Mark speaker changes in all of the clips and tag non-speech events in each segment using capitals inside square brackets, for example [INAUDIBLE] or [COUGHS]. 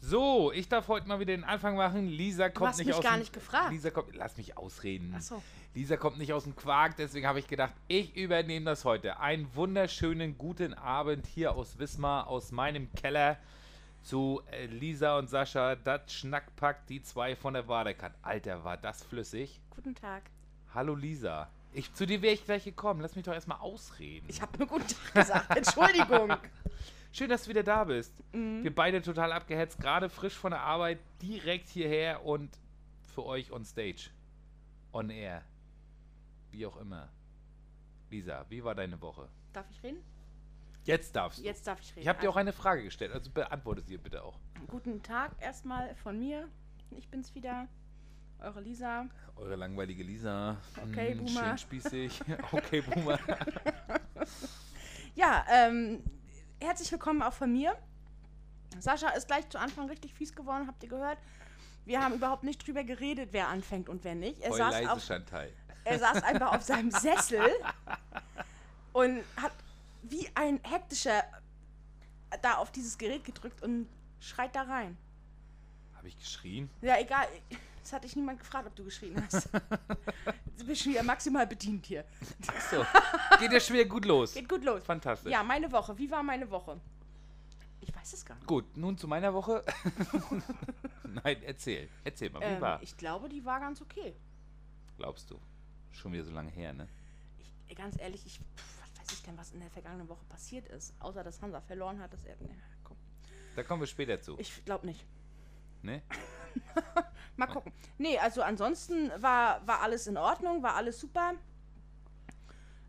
Speaker 1: So, ich darf heute mal wieder den Anfang machen. Lisa kommt
Speaker 2: hast
Speaker 1: nicht
Speaker 2: mich
Speaker 1: aus
Speaker 2: gar
Speaker 1: dem-
Speaker 2: nicht gefragt.
Speaker 1: Lisa kommt, lass mich ausreden.
Speaker 2: Ach so.
Speaker 1: Lisa kommt nicht aus dem Quark, deswegen habe ich gedacht, ich übernehme das heute. Einen wunderschönen guten Abend hier aus Wismar, aus meinem Keller zu äh, Lisa und Sascha, das Schnackpack, die zwei von der Waderkant. Alter, war das flüssig.
Speaker 2: Guten Tag.
Speaker 1: Hallo Lisa. Ich, zu dir wäre ich gleich gekommen. Lass mich doch erstmal ausreden.
Speaker 2: Ich habe nur guten Tag gesagt. Entschuldigung.
Speaker 1: Schön, dass du wieder da bist.
Speaker 2: Mhm.
Speaker 1: Wir beide total abgehetzt, gerade frisch von der Arbeit, direkt hierher und für euch on stage. On air. Wie auch immer. Lisa, wie war deine Woche?
Speaker 2: [LAUGHS] Darf ich reden?
Speaker 1: Jetzt darfst du.
Speaker 2: Jetzt darf ich reden.
Speaker 1: Ich habe dir auch eine Frage gestellt, also beantworte sie bitte auch.
Speaker 2: Also, guten Tag erstmal von mir. Ich bin's wieder. Eure Lisa.
Speaker 1: Eure langweilige Lisa.
Speaker 2: Okay,
Speaker 1: Hm,
Speaker 2: Boomer.
Speaker 1: Schön spießig. [LAUGHS] Okay, Boomer.
Speaker 2: Ja, ähm, herzlich willkommen auch von mir. Sascha ist gleich zu Anfang richtig fies geworden, habt ihr gehört? Wir haben überhaupt nicht drüber geredet, wer anfängt und wer nicht. Er
Speaker 1: Voll
Speaker 2: saß,
Speaker 1: leise,
Speaker 2: auf,
Speaker 1: Chantal.
Speaker 2: er saß einfach
Speaker 1: [LAUGHS]
Speaker 2: auf seinem Sessel und hat wie ein hektischer da auf dieses Gerät gedrückt und schreit da rein.
Speaker 1: Habe ich geschrien?
Speaker 2: Ja, egal. Das hatte ich niemand gefragt, ob du geschrien
Speaker 1: [LAUGHS]
Speaker 2: hast. Du bist schon wieder maximal bedient hier.
Speaker 1: So. Geht ja schwer gut los.
Speaker 2: Geht gut los.
Speaker 1: Fantastisch.
Speaker 2: Ja, meine Woche. Wie war meine Woche? Ich weiß es gar nicht.
Speaker 1: Gut, nun zu meiner Woche. [LAUGHS] Nein, erzähl. Erzähl mal, wie
Speaker 2: Ähm,
Speaker 1: war?
Speaker 2: ich glaube, die war ganz okay.
Speaker 1: Glaubst du? Schon wieder so lange her, ne?
Speaker 2: Ich, ganz ehrlich, ich pff, was weiß ich denn, was in der vergangenen Woche passiert ist. Außer, dass Hansa verloren hat. Dass er, ne, komm.
Speaker 1: Da kommen wir später zu.
Speaker 2: Ich glaube nicht.
Speaker 1: ne?
Speaker 2: Mal gucken. Nee, also ansonsten war, war alles in Ordnung, war alles super.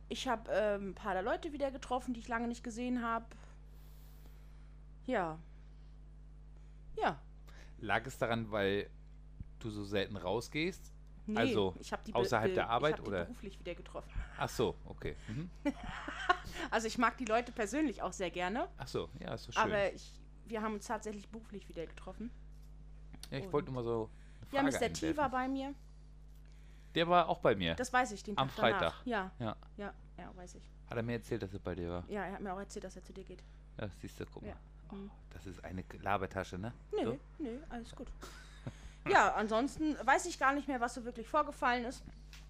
Speaker 2: Ich habe ähm, ein paar der Leute wieder getroffen, die ich lange nicht gesehen habe. Ja. Ja.
Speaker 1: Lag es daran, weil du so selten rausgehst?
Speaker 2: Nee,
Speaker 1: Also,
Speaker 2: ich hab die be-
Speaker 1: außerhalb
Speaker 2: be-
Speaker 1: der Arbeit,
Speaker 2: ich hab
Speaker 1: oder?
Speaker 2: Die beruflich wieder getroffen.
Speaker 1: Ach so, okay. Mhm.
Speaker 2: Also ich mag die Leute persönlich auch sehr gerne,
Speaker 1: Ach so, ja, ist so schön.
Speaker 2: aber ich, wir haben uns tatsächlich beruflich wieder getroffen.
Speaker 1: ja, ich wollte nur mal so. Eine
Speaker 2: Ja,
Speaker 1: Frage
Speaker 2: Mr. T
Speaker 1: einwerfen.
Speaker 2: war bei mir.
Speaker 1: Der war auch bei mir.
Speaker 2: Das weiß ich, den
Speaker 1: Am
Speaker 2: Tag danach.
Speaker 1: Freitag.
Speaker 2: Ja,
Speaker 1: ja.
Speaker 2: ja, ja, weiß ich.
Speaker 1: Hat er mir erzählt, dass er bei dir war?
Speaker 2: Ja, er hat mir auch erzählt, dass er zu dir geht.
Speaker 1: Ja, siehst du, guck mal.
Speaker 2: Ja. Mhm.
Speaker 1: Das ist eine Labertasche, ne?
Speaker 2: Nö,
Speaker 1: So?
Speaker 2: nö, alles gut. ja, ansonsten weiß ich gar nicht mehr, was so wirklich vorgefallen ist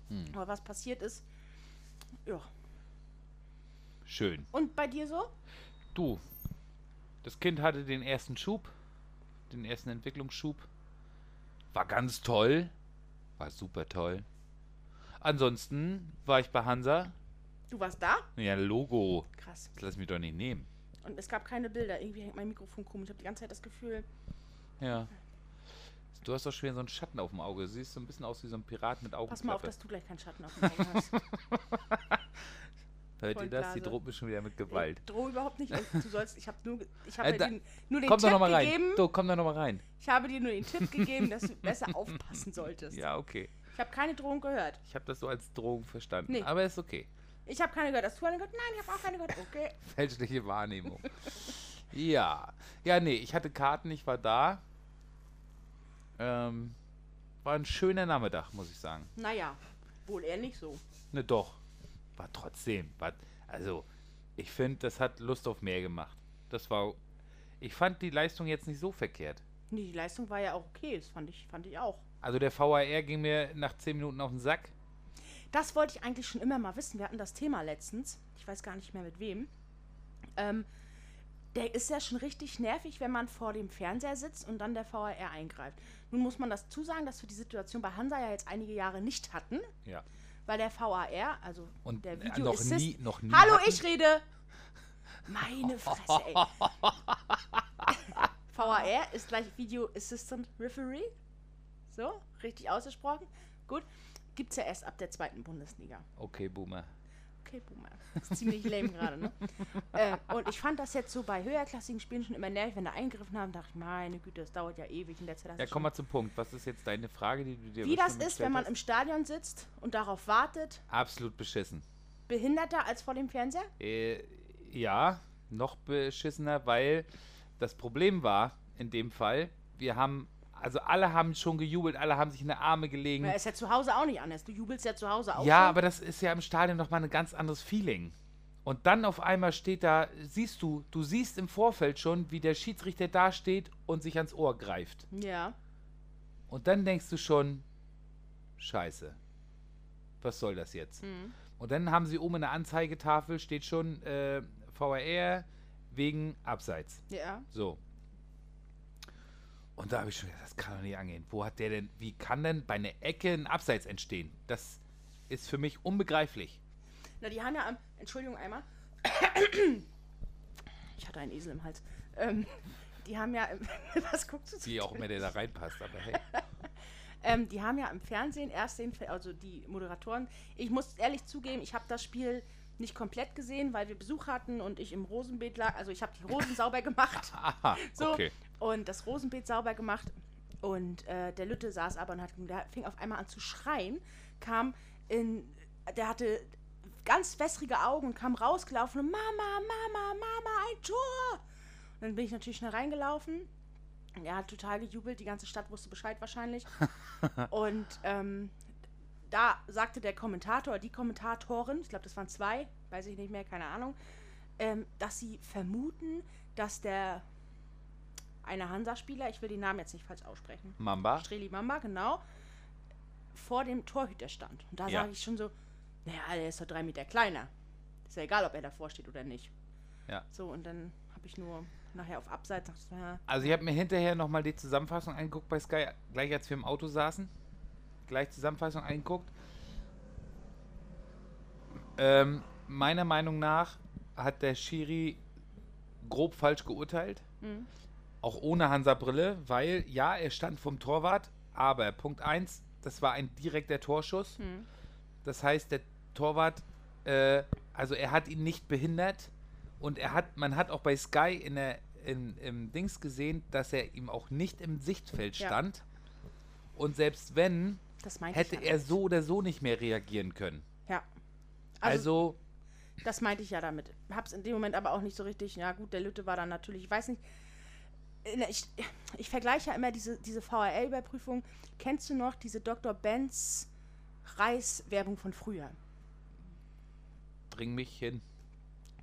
Speaker 1: Hm.
Speaker 2: oder was passiert ist. Ja.
Speaker 1: Schön.
Speaker 2: Und bei dir so?
Speaker 1: Du, das Kind hatte den ersten Schub, den ersten Entwicklungsschub. War ganz toll. War super toll. Ansonsten war ich bei Hansa.
Speaker 2: Du warst da?
Speaker 1: Ja, Logo.
Speaker 2: Krass.
Speaker 1: Das lass mich doch nicht nehmen.
Speaker 2: Und es gab keine Bilder. Irgendwie hängt mein Mikrofon komisch. Ich habe die ganze Zeit das Gefühl,
Speaker 1: Ja. Du hast doch schon wieder so einen Schatten auf dem Auge. Du siehst so ein bisschen aus wie so ein Pirat mit Augenklappe.
Speaker 2: pass mal auf, dass du gleich keinen Schatten auf dem Auge
Speaker 1: [LAUGHS]
Speaker 2: hast.
Speaker 1: Hört ihr das? Die
Speaker 2: Vollblase.
Speaker 1: droht mir schon wieder mit Gewalt.
Speaker 2: Ich drohe überhaupt nicht. Und Du sollst, ich habe nur, ge- ich habe
Speaker 1: Äh, da-
Speaker 2: dir den, nur den
Speaker 1: Komm doch
Speaker 2: Tipp
Speaker 1: nochmal rein.
Speaker 2: gegeben.
Speaker 1: So, komm doch nochmal rein.
Speaker 2: Ich habe dir nur den Tipp gegeben, dass du
Speaker 1: [LAUGHS]
Speaker 2: besser aufpassen solltest.
Speaker 1: Ja, okay.
Speaker 2: Ich habe keine Drohung gehört.
Speaker 1: Ich habe das so als Drohung verstanden.
Speaker 2: Nee.
Speaker 1: Aber ist okay.
Speaker 2: Ich habe keine gehört. Hast du eine gehört? Nein, ich habe auch keine gehört. Okay.
Speaker 1: Fälschliche Wahrnehmung. ja. Ja, nee, ich hatte Karten, ich war da. Ähm, war ein schöner Nachmittag, muss ich sagen.
Speaker 2: Naja, wohl eher nicht so.
Speaker 1: Ne, doch. War trotzdem. War, also, ich finde, das hat Lust auf mehr gemacht. Das war. Ich fand die Leistung jetzt nicht so verkehrt.
Speaker 2: Nee, die Leistung war ja auch okay. Das fand ich, fand ich auch.
Speaker 1: Also, der VAR ging mir nach 10 Minuten auf den Sack.
Speaker 2: Das wollte ich eigentlich schon immer mal wissen. Wir hatten das Thema letztens. Ich weiß gar nicht mehr mit wem. Ähm, der ist ja schon richtig nervig, wenn man vor dem Fernseher sitzt und dann der VAR eingreift. Nun muss man dazu sagen, dass wir die Situation bei Hansa ja jetzt einige Jahre nicht hatten,
Speaker 1: Ja.
Speaker 2: weil der VAR, also
Speaker 1: Und
Speaker 2: der
Speaker 1: äh,
Speaker 2: Video
Speaker 1: noch
Speaker 2: Assist-
Speaker 1: nie, noch nie.
Speaker 2: Hallo,
Speaker 1: hatten-
Speaker 2: ich rede! Meine Fresse, ey. VAR ist gleich Video Assistant Referee. So, richtig ausgesprochen. Gut. Gibt's ja erst ab der zweiten Bundesliga.
Speaker 1: Okay, Boomer.
Speaker 2: Okay, Boomer. Das ist ziemlich lame gerade, ne? äh, und ich fand das jetzt so bei höherklassigen Spielen schon immer nervig, wenn da eingegriffen haben, dachte ich, meine Güte, das dauert ja ewig in der Zeit. hast
Speaker 1: Ja,
Speaker 2: du
Speaker 1: komm
Speaker 2: schon-
Speaker 1: mal zum Punkt. Was ist jetzt deine Frage, die du dir
Speaker 2: Wie das
Speaker 1: bestimmt
Speaker 2: ist, wenn man
Speaker 1: gestellt
Speaker 2: im Stadion sitzt und darauf wartet,
Speaker 1: hast? Absolut beschissen.
Speaker 2: behinderter als vor dem Fernseher?
Speaker 1: Äh, ja, noch beschissener, weil das Problem war in dem Fall, wir haben, also alle haben schon gejubelt, alle haben sich in die Arme gelegen.
Speaker 2: Na, ist ja zu Hause auch nicht anders. Du jubelst ja zu Hause auch.
Speaker 1: Ja,
Speaker 2: schon.
Speaker 1: aber das ist ja im Stadion nochmal ein ganz anderes Feeling. Und dann auf einmal steht da, siehst du, du siehst im Vorfeld schon, wie der Schiedsrichter da steht und sich ans Ohr greift.
Speaker 2: Ja.
Speaker 1: Und dann denkst du schon, scheiße, was soll das jetzt?
Speaker 2: Mhm.
Speaker 1: Und dann haben sie oben in der Anzeigetafel, steht schon äh, VRR wegen Abseits.
Speaker 2: Ja.
Speaker 1: So. Und da habe ich schon gedacht, das kann doch nicht angehen. Wo hat der denn, wie kann denn bei einer Ecke ein Abseits entstehen? Das ist für mich unbegreiflich.
Speaker 2: Na, die haben ja am. Entschuldigung einmal. Ich hatte einen Esel im Hals. Ähm, die haben ja. Im, [LAUGHS] was guckst du zu?
Speaker 1: Wie auch immer der da reinpasst, aber hey.
Speaker 2: Ähm, die haben ja im Fernsehen erst den, Fe- also die Moderatoren. Ich muss ehrlich zugeben, ich habe das Spiel nicht komplett gesehen, weil wir Besuch hatten und ich im Rosenbeet lag. Also ich habe die Rosen [LAUGHS] sauber gemacht.
Speaker 1: Aha,
Speaker 2: So,
Speaker 1: okay.
Speaker 2: und das Rosenbeet sauber gemacht. Und äh, der Lütte saß aber und hat, der fing auf einmal an zu schreien, kam in, der hatte ganz wässrige Augen und kam rausgelaufen und Mama, Mama, Mama, ein Tor! Und dann bin ich natürlich schnell reingelaufen. Und Er hat total gejubelt, die ganze Stadt wusste Bescheid wahrscheinlich. und ähm, da sagte der Kommentator, die Kommentatorin, ich glaube, das waren zwei, weiß ich nicht mehr, keine Ahnung, ähm, dass sie vermuten, dass der eine Hansa-Spieler, ich will den Namen jetzt nicht falsch aussprechen,
Speaker 1: Mamba.
Speaker 2: Streli Mamba, genau, vor dem Torhüter stand. Und da
Speaker 1: Ja.
Speaker 2: sage ich schon so, naja, der ist doch drei Meter kleiner. Ist ja egal, ob er davor steht oder nicht.
Speaker 1: Ja.
Speaker 2: So, und dann habe ich nur nachher auf Abseits gedacht, na,
Speaker 1: Also ich habe mir hinterher nochmal die Zusammenfassung angeguckt bei Sky, gleich als wir im Auto saßen. Gleich Zusammenfassung angeguckt. Ähm, meiner Meinung nach hat der Schiri grob falsch geurteilt.
Speaker 2: Mhm.
Speaker 1: Auch ohne Hansa-Brille, weil ja, er stand vom Torwart, aber Punkt 1, das war ein direkter Torschuss.
Speaker 2: Mhm.
Speaker 1: Das heißt, der Torwart, äh, also er hat ihn nicht behindert und er hat, man hat auch bei Sky in der, in, im Dings gesehen, dass er ihm auch nicht im Sichtfeld
Speaker 2: Ja.
Speaker 1: stand. Und selbst wenn,
Speaker 2: das meinte
Speaker 1: hätte
Speaker 2: ich ja
Speaker 1: er
Speaker 2: damit.
Speaker 1: so oder so nicht mehr reagieren können.
Speaker 2: Ja.
Speaker 1: Also,
Speaker 2: Also, das meinte ich ja damit. Hab's in dem Moment aber auch nicht so richtig. Ja, gut, der Lütte war dann natürlich, ich weiß nicht. äh, na, Ich, ich vergleiche ja immer diese, diese VRL-Überprüfung. Kennst du noch diese Dr. Benz Reis-Werbung von früher?
Speaker 1: bring mich hin.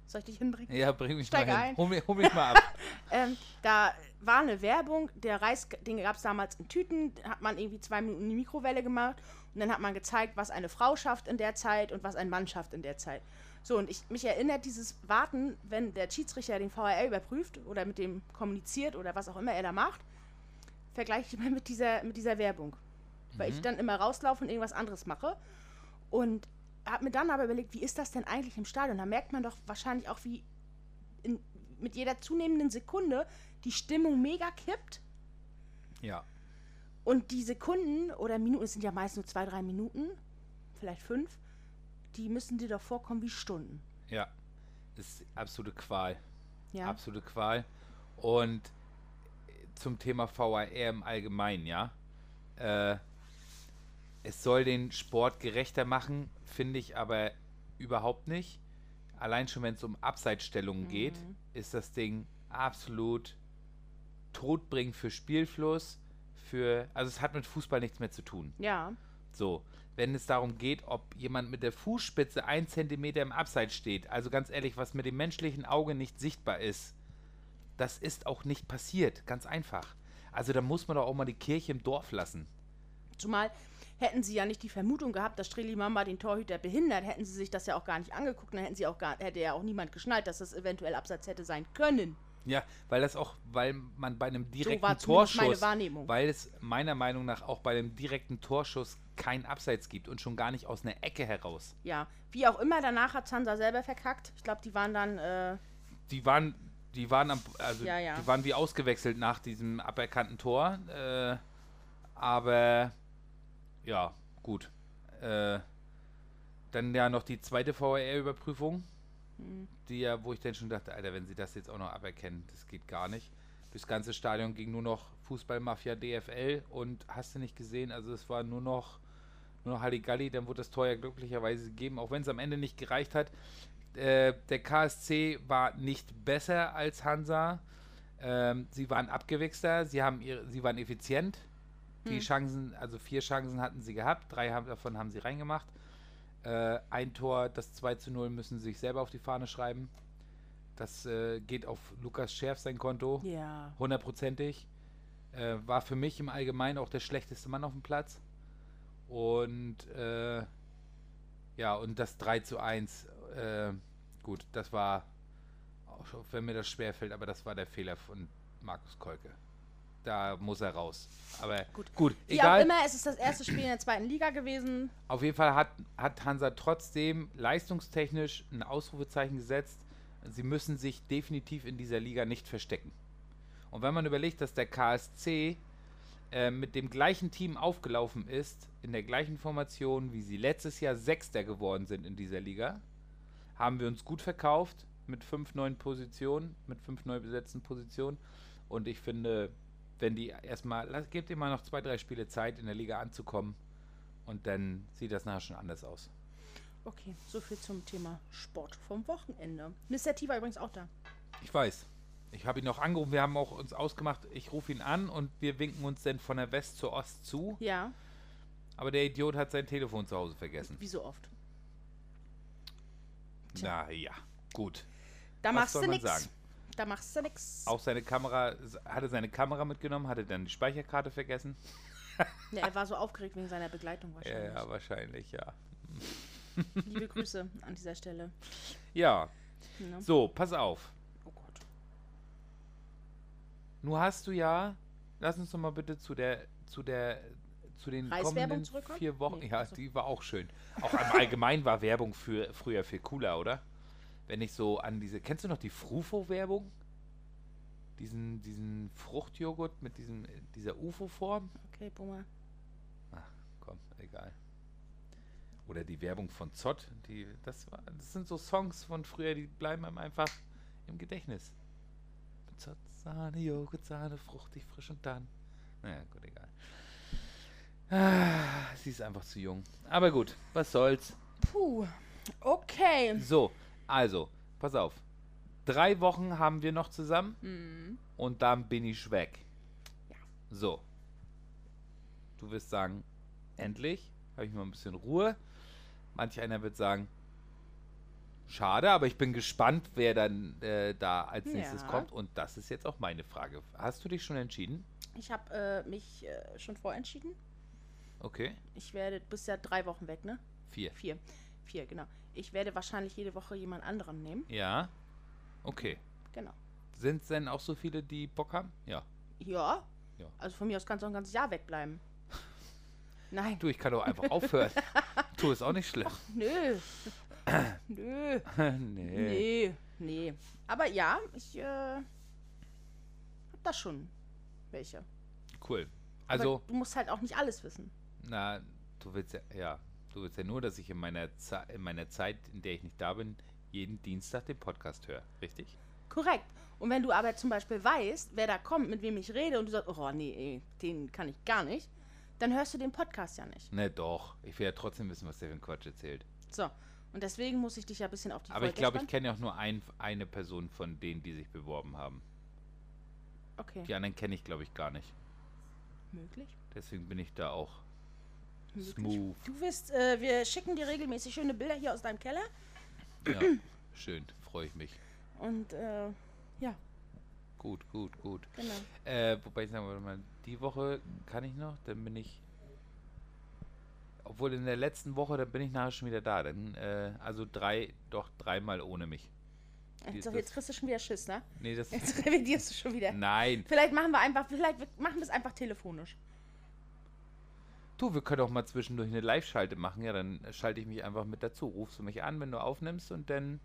Speaker 2: Soll ich dich hinbringen?
Speaker 1: Ja, bring mich
Speaker 2: Steig
Speaker 1: mal hin.
Speaker 2: ein.
Speaker 1: Hol, mich- hol mich mal ab.
Speaker 2: [LAUGHS] Ähm, da war eine Werbung, der Reis, den gab es damals in Tüten, den hat man irgendwie zwei Minuten in die Mikrowelle gemacht und dann hat man gezeigt, was eine Frau schafft in der Zeit und was ein Mann schafft in der Zeit. So, und ich, mich erinnert dieses Warten, wenn der Schiedsrichter den VRL überprüft oder mit dem kommuniziert oder was auch immer er da macht, vergleiche ich immer mit dieser, mit dieser Werbung. Weil ich dann immer rauslaufe und irgendwas anderes mache. Und habe mir dann aber überlegt, wie ist das denn eigentlich im Stadion? Da merkt man doch wahrscheinlich auch, wie in, mit jeder zunehmenden Sekunde die Stimmung mega kippt.
Speaker 1: ja.
Speaker 2: Und die Sekunden oder Minuten, es sind ja meist nur zwei, drei Minuten, vielleicht fünf, die müssen dir doch vorkommen wie Stunden.
Speaker 1: Ja, ist absolute Qual.
Speaker 2: Ja.
Speaker 1: Absolute Qual. Und zum Thema VAR im Allgemeinen, ja. Äh, es soll den Sport gerechter machen, finde ich aber überhaupt nicht. Allein schon, wenn es um Abseitsstellungen geht,
Speaker 2: Mhm.
Speaker 1: ist das Ding absolut totbringend für Spielfluss, für. Also es hat mit Fußball nichts mehr zu tun.
Speaker 2: Ja.
Speaker 1: So, wenn es darum geht, ob jemand mit der Fußspitze ein Zentimeter im Abseits steht, also ganz ehrlich, was mit dem menschlichen Auge nicht sichtbar ist, das ist auch nicht passiert, ganz einfach. Also da muss man doch auch mal die Kirche im Dorf lassen.
Speaker 2: Zumal hätten sie ja nicht die Vermutung gehabt, dass Streli Mamba den Torhüter behindert, hätten sie sich das ja auch gar nicht angeguckt, und dann hätten sie auch gar, hätte ja auch niemand geschnallt, dass das eventuell Absatz hätte sein können.
Speaker 1: Ja, weil das auch, weil man bei einem direkten
Speaker 2: war zumindest
Speaker 1: Torschuss,
Speaker 2: meine Wahrnehmung.
Speaker 1: weil es meiner Meinung nach auch bei einem direkten Torschuss kein Abseits gibt und schon gar nicht aus einer Ecke heraus.
Speaker 2: Ja. Wie auch immer, danach hat Sansa selber verkackt. Ich glaube, die waren dann, äh,
Speaker 1: Die waren, die waren, am, also
Speaker 2: Ja, ja.
Speaker 1: die waren wie ausgewechselt nach diesem aberkannten Tor. Äh, aber ja, gut. Äh, dann ja noch die zweite VAR-Überprüfung,
Speaker 2: Mhm.
Speaker 1: die ja, wo ich dann schon dachte, Alter, wenn sie das jetzt auch noch aberkennen, das geht gar nicht. Durchs ganze Stadion ging nur noch Fußballmafia DFL und hast du nicht gesehen, also es war nur noch nur noch Halligalli, dann wurde das Tor ja glücklicherweise gegeben, auch wenn es am Ende nicht gereicht hat. Äh, der KSC war nicht besser als Hansa. Ähm, sie waren abgewichster, sie, haben ihre, sie waren effizient. Die Chancen, also vier Chancen hatten sie gehabt, drei haben, davon haben sie reingemacht. Äh, ein Tor, das 2 zu 0 müssen sie sich selber auf die Fahne schreiben. Das äh, geht auf Lukas Schärf sein Konto.
Speaker 2: Ja.
Speaker 1: Hundertprozentig. Äh, war für mich im Allgemeinen auch der schlechteste Mann auf dem Platz. Und äh, ja, und das 3 zu 1, äh, gut, das war, auch schon, wenn mir das schwerfällt, aber das war der Fehler von Markus Kolke. Da muss er raus. Aber gut,
Speaker 2: Gut. Wie auch
Speaker 1: egal.
Speaker 2: immer, es ist das erste Spiel in der zweiten Liga gewesen.
Speaker 1: Auf jeden Fall hat, hat Hansa trotzdem leistungstechnisch ein Ausrufezeichen gesetzt. Sie müssen sich definitiv in dieser Liga nicht verstecken. Und wenn man überlegt, dass der KSC äh, mit dem gleichen Team aufgelaufen ist, in der gleichen Formation, wie sie letztes Jahr Sechster geworden sind in dieser Liga, haben wir uns gut verkauft mit fünf neuen Positionen, mit fünf neu besetzten Positionen. Und ich finde, wenn die erstmal, lass- gebt ihr mal noch zwei, drei Spiele Zeit, in der Liga anzukommen. Und dann sieht das nachher schon anders aus.
Speaker 2: Okay, so viel zum Thema Sport vom Wochenende. Mr. T war übrigens auch da.
Speaker 1: Ich weiß. Ich habe ihn noch angerufen. Wir haben auch uns ausgemacht. Ich rufe ihn an und wir winken uns dann von der West zur Ost zu.
Speaker 2: Ja,
Speaker 1: Aber der Idiot hat sein Telefon zu Hause vergessen.
Speaker 2: wie so oft. Tja.
Speaker 1: Naja, gut.
Speaker 2: Da
Speaker 1: Was
Speaker 2: machst
Speaker 1: soll
Speaker 2: du
Speaker 1: man
Speaker 2: nix.
Speaker 1: sagen?
Speaker 2: Da machst du nix.
Speaker 1: Auch seine Kamera, hatte seine Kamera mitgenommen, hatte dann die Speicherkarte vergessen.
Speaker 2: Ne, er war so aufgeregt wegen seiner Begleitung
Speaker 1: Ja,
Speaker 2: wahrscheinlich.
Speaker 1: ja, wahrscheinlich, ja.
Speaker 2: Liebe Grüße an dieser Stelle.
Speaker 1: Ja,
Speaker 2: Ne?
Speaker 1: so, pass auf.
Speaker 2: Oh Gott.
Speaker 1: Nun hast du ja, lass uns doch mal bitte zu der, zu der, zu den
Speaker 2: Preiswerbung
Speaker 1: kommenden
Speaker 2: zurückkommen?
Speaker 1: vier Wochen.
Speaker 2: Nee,
Speaker 1: ja,
Speaker 2: ach so.
Speaker 1: die war auch schön. Auch im Allgemeinen war Werbung für früher viel cooler, oder? Wenn ich so an diese, kennst du noch die Frufo-Werbung? Diesen, diesen Fruchtjoghurt mit diesem, äh, dieser UFO-Form?
Speaker 2: Okay, Boomer.
Speaker 1: Komm, egal. Oder die Werbung von Zott. Die, das, war, das sind so Songs von früher, die bleiben einem einfach im Gedächtnis. Mit Zott, Sahne, Joghurt, Sahne, fruchtig, frisch und dann. Naja, gut, egal. Ah, sie ist einfach zu jung. Aber gut, was soll's.
Speaker 2: Puh. Okay.
Speaker 1: So, also, pass auf. Drei Wochen haben wir noch zusammen
Speaker 2: Hm.
Speaker 1: und dann bin ich weg.
Speaker 2: Ja.
Speaker 1: So. Du wirst sagen, endlich habe ich mal ein bisschen Ruhe. Manch einer wird sagen, schade, aber ich bin gespannt, wer dann äh, da als nächstes
Speaker 2: Ja.
Speaker 1: kommt. Und das ist jetzt auch meine Frage. Hast du dich schon entschieden?
Speaker 2: Ich habe äh, mich äh, schon vorentschieden.
Speaker 1: Okay.
Speaker 2: Ich werde, du bist ja drei Wochen weg, ne?
Speaker 1: Vier.
Speaker 2: Vier. Vier, genau. Ich werde wahrscheinlich jede Woche jemand anderen nehmen.
Speaker 1: Ja. Okay.
Speaker 2: Genau.
Speaker 1: Sind es denn auch so viele, die Bock haben? Ja.
Speaker 2: Ja.
Speaker 1: Ja.
Speaker 2: Also von mir aus kannst du auch ein ganzes Jahr wegbleiben. Nein.
Speaker 1: Du, ich kann doch einfach aufhören.
Speaker 2: [LAUGHS]
Speaker 1: Tu ist auch nicht schlimm. [CLEARS THROAT]
Speaker 2: Nö. Nö.
Speaker 1: nee.
Speaker 2: Nee. Nee. Aber ja, ich äh, hab da schon welche.
Speaker 1: Cool. Also.
Speaker 2: Aber du musst halt auch nicht alles wissen.
Speaker 1: Na, du willst ja, ja, du willst ja nur, dass ich in meiner, Ze- in meiner Zeit, in der ich nicht da bin, jeden Dienstag den Podcast höre, richtig?
Speaker 2: Korrekt. Und wenn du aber zum Beispiel weißt, wer da kommt, mit wem ich rede und du sagst, oh nee, ey, den kann ich gar nicht, dann hörst du den Podcast ja nicht.
Speaker 1: Ne, doch. Ich will ja trotzdem wissen, was der für einen Quatsch erzählt.
Speaker 2: So. Und deswegen muss ich dich ja ein bisschen auf die
Speaker 1: Aber ich
Speaker 2: Folter
Speaker 1: glaube, ich
Speaker 2: spannen.
Speaker 1: kenne ja auch nur ein, eine Person von denen, die sich beworben haben.
Speaker 2: Okay.
Speaker 1: Die anderen kenne ich, glaube ich, gar nicht.
Speaker 2: Möglich.
Speaker 1: Deswegen bin ich da auch
Speaker 2: Möglich.
Speaker 1: smooth.
Speaker 2: Du wirst, äh, wir schicken dir regelmäßig schöne Bilder hier aus deinem Keller.
Speaker 1: [CLEARS THROAT] Ja, schön, freue ich mich.
Speaker 2: Und äh, ja,
Speaker 1: Gut, gut, gut.
Speaker 2: genau.
Speaker 1: Äh, wobei ich sagen würde, mal, die Woche kann ich noch, dann bin ich. Obwohl in der letzten Woche, dann bin ich nachher schon wieder da. Dann, äh, also drei, doch dreimal ohne mich.
Speaker 2: Jetzt,
Speaker 1: das-
Speaker 2: jetzt kriegst du schon wieder Schiss, ne?
Speaker 1: Nee, das.
Speaker 2: [LAUGHS] Jetzt revidierst du schon wieder.
Speaker 1: Nein.
Speaker 2: Vielleicht machen wir einfach, vielleicht wir- machen wir es einfach telefonisch.
Speaker 1: Du, wir können auch mal zwischendurch eine Live-Schalte machen. Ja, dann schalte ich mich einfach mit dazu. Rufst du mich an, wenn du aufnimmst und dann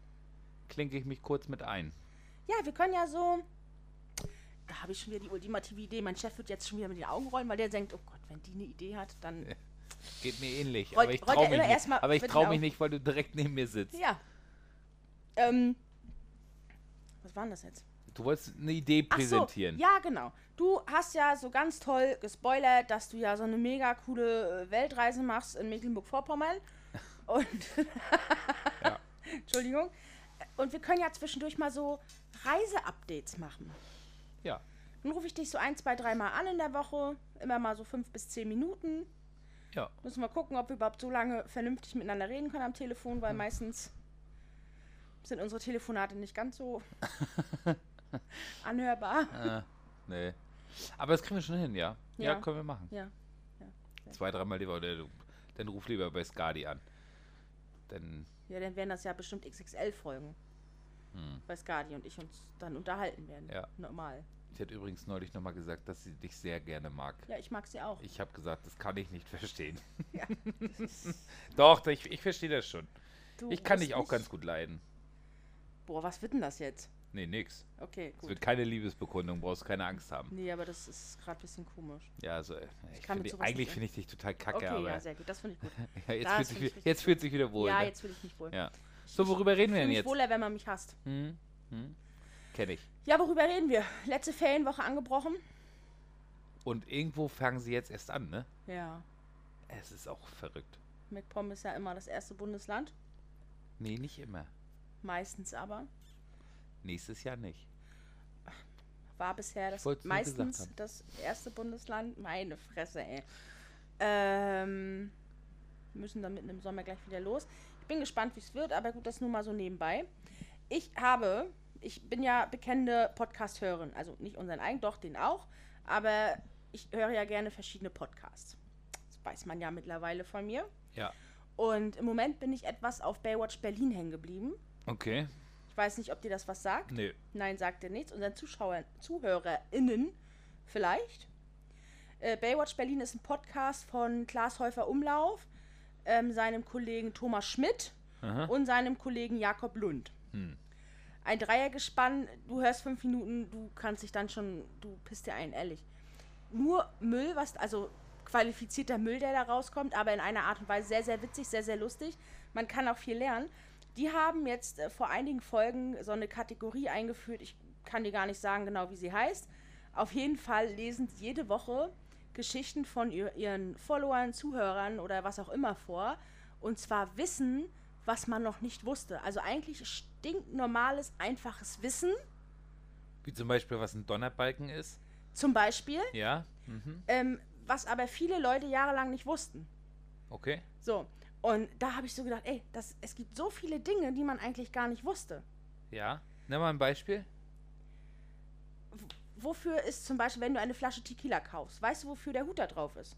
Speaker 1: klinke ich mich kurz mit ein.
Speaker 2: Ja, wir können ja so. Da habe ich schon wieder die ultimative Idee. Mein Chef wird jetzt schon wieder mit den Augen rollen, weil der denkt, oh Gott, wenn die eine Idee hat, dann.
Speaker 1: Geht mir ähnlich.
Speaker 2: Rollt-
Speaker 1: aber ich
Speaker 2: rollt
Speaker 1: traue
Speaker 2: ja
Speaker 1: mich,
Speaker 2: immer
Speaker 1: nicht.
Speaker 2: erstmal
Speaker 1: Aber ich
Speaker 2: mit den
Speaker 1: trau mich
Speaker 2: Augen.
Speaker 1: nicht, weil du direkt neben mir sitzt.
Speaker 2: Ja. Ähm. Was war denn das jetzt?
Speaker 1: Du wolltest eine Idee
Speaker 2: Ach so,
Speaker 1: präsentieren.
Speaker 2: ja, genau. Du hast ja so ganz toll gespoilert, dass du ja so eine mega coole äh, Weltreise machst
Speaker 1: [LAUGHS]
Speaker 2: in Mecklenburg-Vorpommern. Und.
Speaker 1: Ja.
Speaker 2: [LAUGHS] Entschuldigung. Und wir können ja zwischendurch mal so Reiseupdates machen.
Speaker 1: ja.
Speaker 2: Dann rufe ich dich so ein, zwei, dreimal an in der Woche. Immer mal so fünf bis zehn Minuten.
Speaker 1: Ja.
Speaker 2: Müssen wir gucken, ob wir überhaupt so lange vernünftig miteinander reden können am Telefon,
Speaker 1: Hm.
Speaker 2: weil meistens sind unsere Telefonate nicht
Speaker 1: [LAUGHS]
Speaker 2: ganz so
Speaker 1: Äh,
Speaker 2: anhörbar.
Speaker 1: nee. Aber das kriegen wir schon hin, ja? Ja,
Speaker 2: Ja.
Speaker 1: können wir machen.
Speaker 2: Ja.
Speaker 1: Zwei, dreimal lieber. Oder du, dann ruf lieber bei Skadi an. Dann,
Speaker 2: Ja, dann werden das ja bestimmt XXL-Folgen.
Speaker 1: Hm.
Speaker 2: Weil Skadi und ich uns dann unterhalten werden.
Speaker 1: Ja.
Speaker 2: Normal.
Speaker 1: sie hat übrigens neulich nochmal gesagt, dass sie dich sehr gerne mag.
Speaker 2: Ja, ich mag sie auch.
Speaker 1: Ich habe gesagt, das kann ich nicht [LAUGHS] verstehen.
Speaker 2: Ja.
Speaker 1: Doch, ich, ich verstehe das schon.
Speaker 2: Du
Speaker 1: Ich kann
Speaker 2: wirst
Speaker 1: dich auch
Speaker 2: nicht-
Speaker 1: ganz gut leiden.
Speaker 2: Boah, was wird denn das jetzt?
Speaker 1: Nee, nix.
Speaker 2: Okay,
Speaker 1: Es
Speaker 2: gut.
Speaker 1: wird keine Liebesbekundung, brauchst keine Angst haben.
Speaker 2: Nee, aber das ist gerade ein bisschen komisch.
Speaker 1: Ja, also, äh, ich find
Speaker 2: kann mit
Speaker 1: dich-
Speaker 2: sowas nicht
Speaker 1: eigentlich
Speaker 2: an-
Speaker 1: finde ich dich total kacke,
Speaker 2: Okay,
Speaker 1: aber
Speaker 2: ja, sehr gut. Das finde ich gut.
Speaker 1: [LAUGHS] ja, jetzt,
Speaker 2: Das
Speaker 1: fühlt sich,
Speaker 2: find ich
Speaker 1: wie-
Speaker 2: richtig
Speaker 1: jetzt fühlt sich wieder wohl.
Speaker 2: ja,
Speaker 1: ne?
Speaker 2: jetzt fühle ich mich wohl.
Speaker 1: Ja. So, worüber reden wir
Speaker 2: Fühl
Speaker 1: denn
Speaker 2: mich
Speaker 1: jetzt?
Speaker 2: wohler, wenn man mich hasst.
Speaker 1: Hm? Hm? Kenne ich.
Speaker 2: Ja, worüber reden wir? Letzte Ferienwoche angebrochen.
Speaker 1: Und irgendwo fangen sie jetzt erst an, ne?
Speaker 2: Ja.
Speaker 1: Es ist auch verrückt.
Speaker 2: MacPom ist ja immer das erste Bundesland.
Speaker 1: Nee, nicht immer.
Speaker 2: Meistens aber.
Speaker 1: Nächstes Jahr nicht.
Speaker 2: War bisher das
Speaker 1: wollt's nur gesagt
Speaker 2: meistens
Speaker 1: haben.
Speaker 2: das erste Bundesland. Meine Fresse, ey. Ähm, müssen dann mitten im Sommer gleich wieder los. Ich bin gespannt, wie es wird, aber gut, das nur mal so nebenbei. Ich habe, ich bin ja bekennende Podcast-Hörerin, also nicht unseren eigenen, doch den auch, aber ich höre ja gerne verschiedene Podcasts. Das weiß man ja mittlerweile von mir.
Speaker 1: Ja.
Speaker 2: Und im Moment bin ich etwas auf Baywatch Berlin hängen geblieben.
Speaker 1: Okay.
Speaker 2: Ich weiß nicht, ob dir das was sagt.
Speaker 1: Nee.
Speaker 2: Nein, sagt er nichts. Unseren Zuschauern, ZuhörerInnen vielleicht. Äh, Baywatch Berlin ist ein Podcast von Klaas Häufer Umlauf, ähm, seinem Kollegen Thomas Schmidt
Speaker 1: Aha.
Speaker 2: und seinem Kollegen Jakob Lund.
Speaker 1: Hm.
Speaker 2: Ein Dreiergespann, du hörst fünf Minuten, du kannst dich dann schon, du pisst dir ein, ehrlich. Nur Müll, was, also qualifizierter Müll, der da rauskommt, aber in einer Art und Weise sehr, sehr witzig, sehr, sehr lustig. Man kann auch viel lernen. Die haben jetzt äh, vor einigen Folgen so eine Kategorie eingeführt, ich kann dir gar nicht sagen genau, wie sie heißt. Auf jeden Fall lesen sie jede Woche Geschichten von ihr, ihren Followern, Zuhörern oder was auch immer vor. Und zwar Wissen, was man noch nicht wusste. Also eigentlich stinknormales, einfaches Wissen.
Speaker 1: Wie zum Beispiel, was ein Donnerbalken ist.
Speaker 2: Zum Beispiel,
Speaker 1: Ja. Mhm.
Speaker 2: ähm, was aber viele Leute jahrelang nicht wussten.
Speaker 1: Okay.
Speaker 2: So. Und da habe ich so gedacht, ey, das, es gibt so viele Dinge, die man eigentlich gar nicht wusste.
Speaker 1: Ja. Nimm mal ein Beispiel.
Speaker 2: Wofür ist zum Beispiel, wenn du eine Flasche Tequila kaufst, weißt du, wofür der Hut da drauf ist?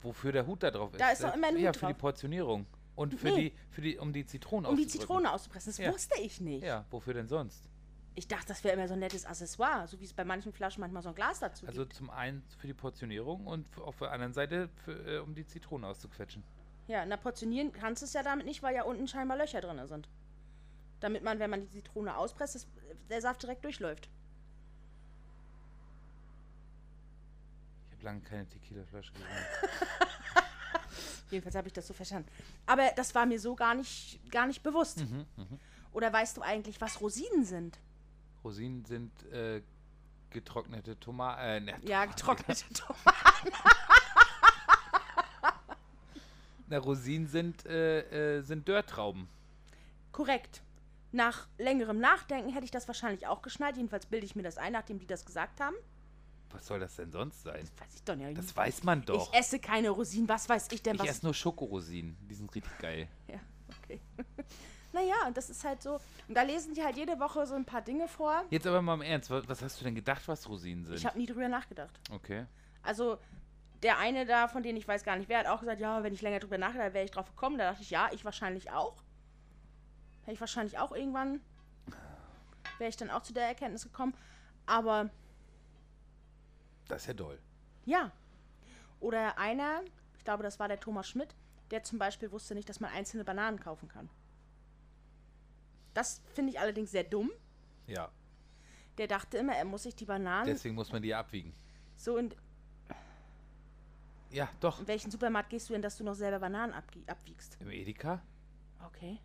Speaker 1: Wofür der Hut da drauf ist.
Speaker 2: Da ist doch
Speaker 1: Äh,
Speaker 2: immer ein
Speaker 1: Ja,
Speaker 2: Hut
Speaker 1: für die
Speaker 2: drauf.
Speaker 1: Portionierung. Und für
Speaker 2: Nee.
Speaker 1: die, für die, um die Zitronen
Speaker 2: Um die
Speaker 1: auszudrücken.
Speaker 2: Zitrone auszupressen. Das
Speaker 1: Ja.
Speaker 2: wusste ich nicht.
Speaker 1: Ja, wofür denn sonst?
Speaker 2: Ich dachte, das wäre immer so ein nettes Accessoire, so wie es bei manchen Flaschen manchmal so ein Glas dazu
Speaker 1: Also
Speaker 2: gibt.
Speaker 1: zum einen für die Portionierung und f- auf der anderen Seite, für, äh, um die Zitronen auszuquetschen.
Speaker 2: Ja, na, portionieren kannst du es ja damit nicht, weil ja unten scheinbar Löcher drin sind. Damit man, wenn man die Zitrone auspresst, das, der Saft direkt durchläuft.
Speaker 1: Ich habe lange keine Tequila-Flasche gesehen.
Speaker 2: Jedenfalls habe ich das so verstanden. Aber das war mir so gar nicht, gar nicht bewusst.
Speaker 1: Mhm,
Speaker 2: Oder weißt du eigentlich, was Rosinen sind?
Speaker 1: Rosinen sind äh, getrocknete Tomaten. Äh, ne, [LAUGHS]
Speaker 2: Ja, getrocknete Tomaten.
Speaker 1: na, Rosinen sind, äh, äh, sind Dörrtrauben.
Speaker 2: Korrekt. Nach längerem Nachdenken hätte ich das wahrscheinlich auch geschnallt. Jedenfalls bilde ich mir das ein, nachdem die das gesagt haben.
Speaker 1: Was soll das denn sonst sein?
Speaker 2: Weiß ich doch nicht.
Speaker 1: Das weiß man doch.
Speaker 2: Ich esse keine Rosinen. Was weiß ich denn,
Speaker 1: Ich
Speaker 2: was
Speaker 1: esse nur Schokorosinen. Die sind richtig geil.
Speaker 2: Ja, okay. [LAUGHS] naja, und das ist halt so. Und da lesen die halt jede Woche so ein paar Dinge vor.
Speaker 1: Jetzt aber mal im Ernst. wa- Was hast du denn gedacht, was Rosinen sind?
Speaker 2: Ich habe nie drüber nachgedacht.
Speaker 1: okay.
Speaker 2: Also, der eine da, von denen ich weiß gar nicht, wer hat auch gesagt, ja, wenn ich länger drüber nachgedacht wäre ich drauf gekommen. Da dachte ich, ja, ich wahrscheinlich auch. Hätte ich wahrscheinlich auch irgendwann, wäre ich dann auch zu der Erkenntnis gekommen. Aber
Speaker 1: Das ist ja doll.
Speaker 2: ja. Oder einer, ich glaube, das war der Thomas Schmidt, der zum Beispiel wusste nicht, dass man einzelne Bananen kaufen kann. Das finde ich allerdings sehr dumm.
Speaker 1: Ja.
Speaker 2: Der dachte immer, er muss sich die Bananen
Speaker 1: Deswegen muss man die abwiegen.
Speaker 2: so in,
Speaker 1: Ja, doch.
Speaker 2: in welchen Supermarkt gehst du denn, dass du noch selber Bananen abgie- abwiegst?
Speaker 1: Im Edeka?
Speaker 2: Okay.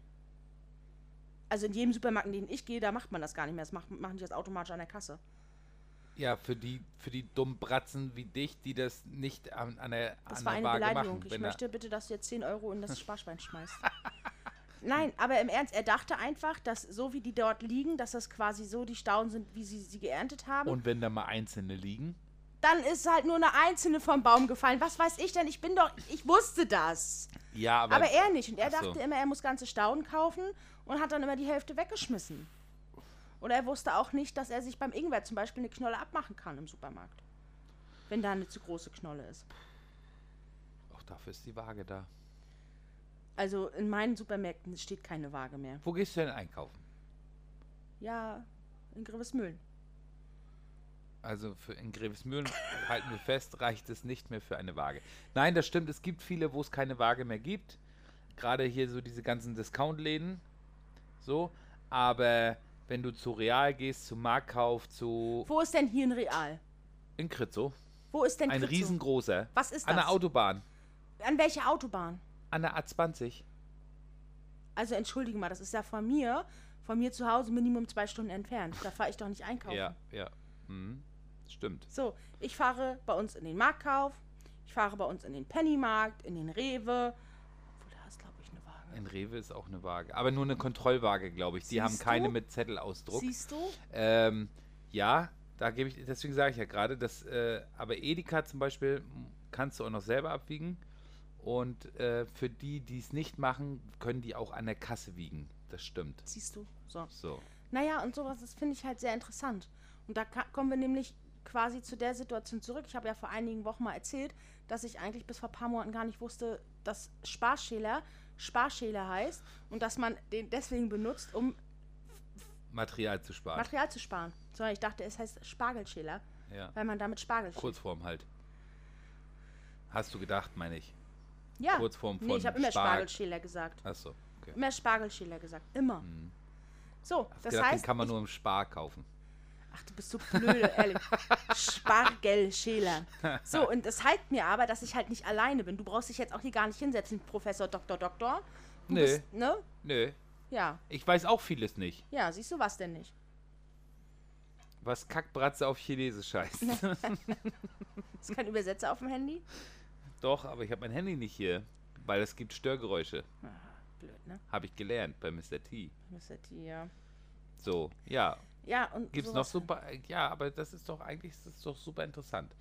Speaker 2: Also in jedem Supermarkt, in den ich gehe, da macht man das gar nicht mehr. Das macht, machen die das automatisch an der Kasse.
Speaker 1: Ja, für die, für die dummen Bratzen wie dich, die das nicht an, an der,
Speaker 2: Das
Speaker 1: an der
Speaker 2: war eine
Speaker 1: Waage
Speaker 2: Beleidigung.
Speaker 1: machen.
Speaker 2: ich
Speaker 1: Wenn er-
Speaker 2: möchte bitte, dass du jetzt 10 Euro in
Speaker 1: [LAUGHS]
Speaker 2: das Sparschwein schmeißt. Nein, aber im Ernst, er dachte einfach, dass so wie die dort liegen, dass das quasi so die Stauden sind, wie sie sie geerntet haben.
Speaker 1: Und wenn da mal einzelne liegen?
Speaker 2: dann ist halt nur eine einzelne vom Baum gefallen. Was weiß ich denn? Ich bin doch, ich wusste das.
Speaker 1: Ja, aber,
Speaker 2: Aber er nicht. Und er
Speaker 1: Ach so.
Speaker 2: dachte immer, er muss ganze Stauden kaufen und hat dann immer die Hälfte weggeschmissen. Oder er wusste auch nicht, dass er sich beim Ingwer zum Beispiel eine Knolle abmachen kann im Supermarkt. Wenn da eine zu große Knolle ist.
Speaker 1: auch dafür ist die Waage da.
Speaker 2: Also in meinen Supermärkten steht keine Waage mehr.
Speaker 1: Wo gehst du denn einkaufen?
Speaker 2: Ja, in Grevesmühlen.
Speaker 1: Also für in Grevesmühlen halten wir fest, reicht es nicht mehr für eine Waage. Nein, das stimmt, es gibt viele, wo es keine Waage mehr gibt. Gerade hier so diese ganzen Discount-Läden. So, aber wenn du zu Real gehst, zu Marktkauf, zu
Speaker 2: Wo ist denn hier ein Real?
Speaker 1: in Kritzow,
Speaker 2: Wo ist denn
Speaker 1: ein
Speaker 2: Kritzow?
Speaker 1: riesengroßer.
Speaker 2: Was ist
Speaker 1: An
Speaker 2: das?
Speaker 1: der Autobahn,
Speaker 2: An welcher Autobahn?
Speaker 1: an der A20.
Speaker 2: Also entschuldige mal, das ist ja von mir, von mir zu Hause Minimum zwei Stunden entfernt. Da fahre ich doch nicht einkaufen.
Speaker 1: Ja, ja. Mhm. Stimmt.
Speaker 2: So, ich fahre bei uns in den Marktkauf, ich fahre bei uns in den Pennymarkt, in den Rewe. Obwohl, da ist, glaube ich, eine Waage.
Speaker 1: In Rewe ist auch eine Waage, aber nur eine Kontrollwaage, glaube ich. Die haben
Speaker 2: Siehst
Speaker 1: keine
Speaker 2: du?
Speaker 1: mit Zettelausdruck.
Speaker 2: Siehst du?
Speaker 1: Ähm, ja, da gebe ich, deswegen sage ich ja gerade, dass, äh, aber Edeka zum Beispiel m, kannst du auch noch selber abwiegen. Und äh, für die, die es nicht machen, können die auch an der Kasse wiegen. Das stimmt.
Speaker 2: Siehst du? So.
Speaker 1: So.
Speaker 2: Naja, und sowas, das finde ich halt sehr interessant. Und da ka- kommen wir nämlich quasi zu der Situation zurück. Ich habe ja vor einigen Wochen mal erzählt, dass ich eigentlich bis vor ein paar Monaten gar nicht wusste, dass Sparschäler Sparschäler heißt und dass man den deswegen benutzt, um
Speaker 1: Material zu sparen.
Speaker 2: Material zu sparen. Sondern ich dachte, es heißt Spargelschäler,
Speaker 1: ja.
Speaker 2: weil man damit Spargel schält.
Speaker 1: Kurzform halt. Hast du gedacht, meine ich.
Speaker 2: Ja.
Speaker 1: Kurzform
Speaker 2: nee,
Speaker 1: von
Speaker 2: ich habe immer
Speaker 1: Sparg-
Speaker 2: Spargelschäler gesagt.
Speaker 1: Achso. Okay.
Speaker 2: Immer Spargelschäler gesagt. Immer. So,
Speaker 1: Hast
Speaker 2: das
Speaker 1: Hm. gedacht,
Speaker 2: heißt.
Speaker 1: den kann man
Speaker 2: ich,
Speaker 1: nur im Spar kaufen.
Speaker 2: ach, du bist so blöde, ehrlich. Spargelschäler. So, und das heißt mir aber, dass ich halt nicht alleine bin. Du brauchst dich jetzt auch hier gar nicht hinsetzen, Professor, Doktor, Doktor. Du
Speaker 1: Nee.
Speaker 2: bist, ne?
Speaker 1: Nö.
Speaker 2: Ja.
Speaker 1: Ich weiß auch vieles nicht.
Speaker 2: Ja, siehst du was denn nicht?
Speaker 1: Was Kackbratze auf Chinesisch
Speaker 2: [LAUGHS]
Speaker 1: heißt.
Speaker 2: Ist kein Übersetzer auf dem Handy?
Speaker 1: Doch, aber ich habe mein Handy nicht hier, weil es gibt Störgeräusche.
Speaker 2: Ah, blöd, ne?
Speaker 1: Habe ich gelernt bei Mr. T.
Speaker 2: Müsste die, ja.
Speaker 1: So, ja.
Speaker 2: Ja, und.
Speaker 1: Gibt's noch
Speaker 2: sowas-
Speaker 1: super. Ja, aber das ist doch eigentlich ist das doch super interessant.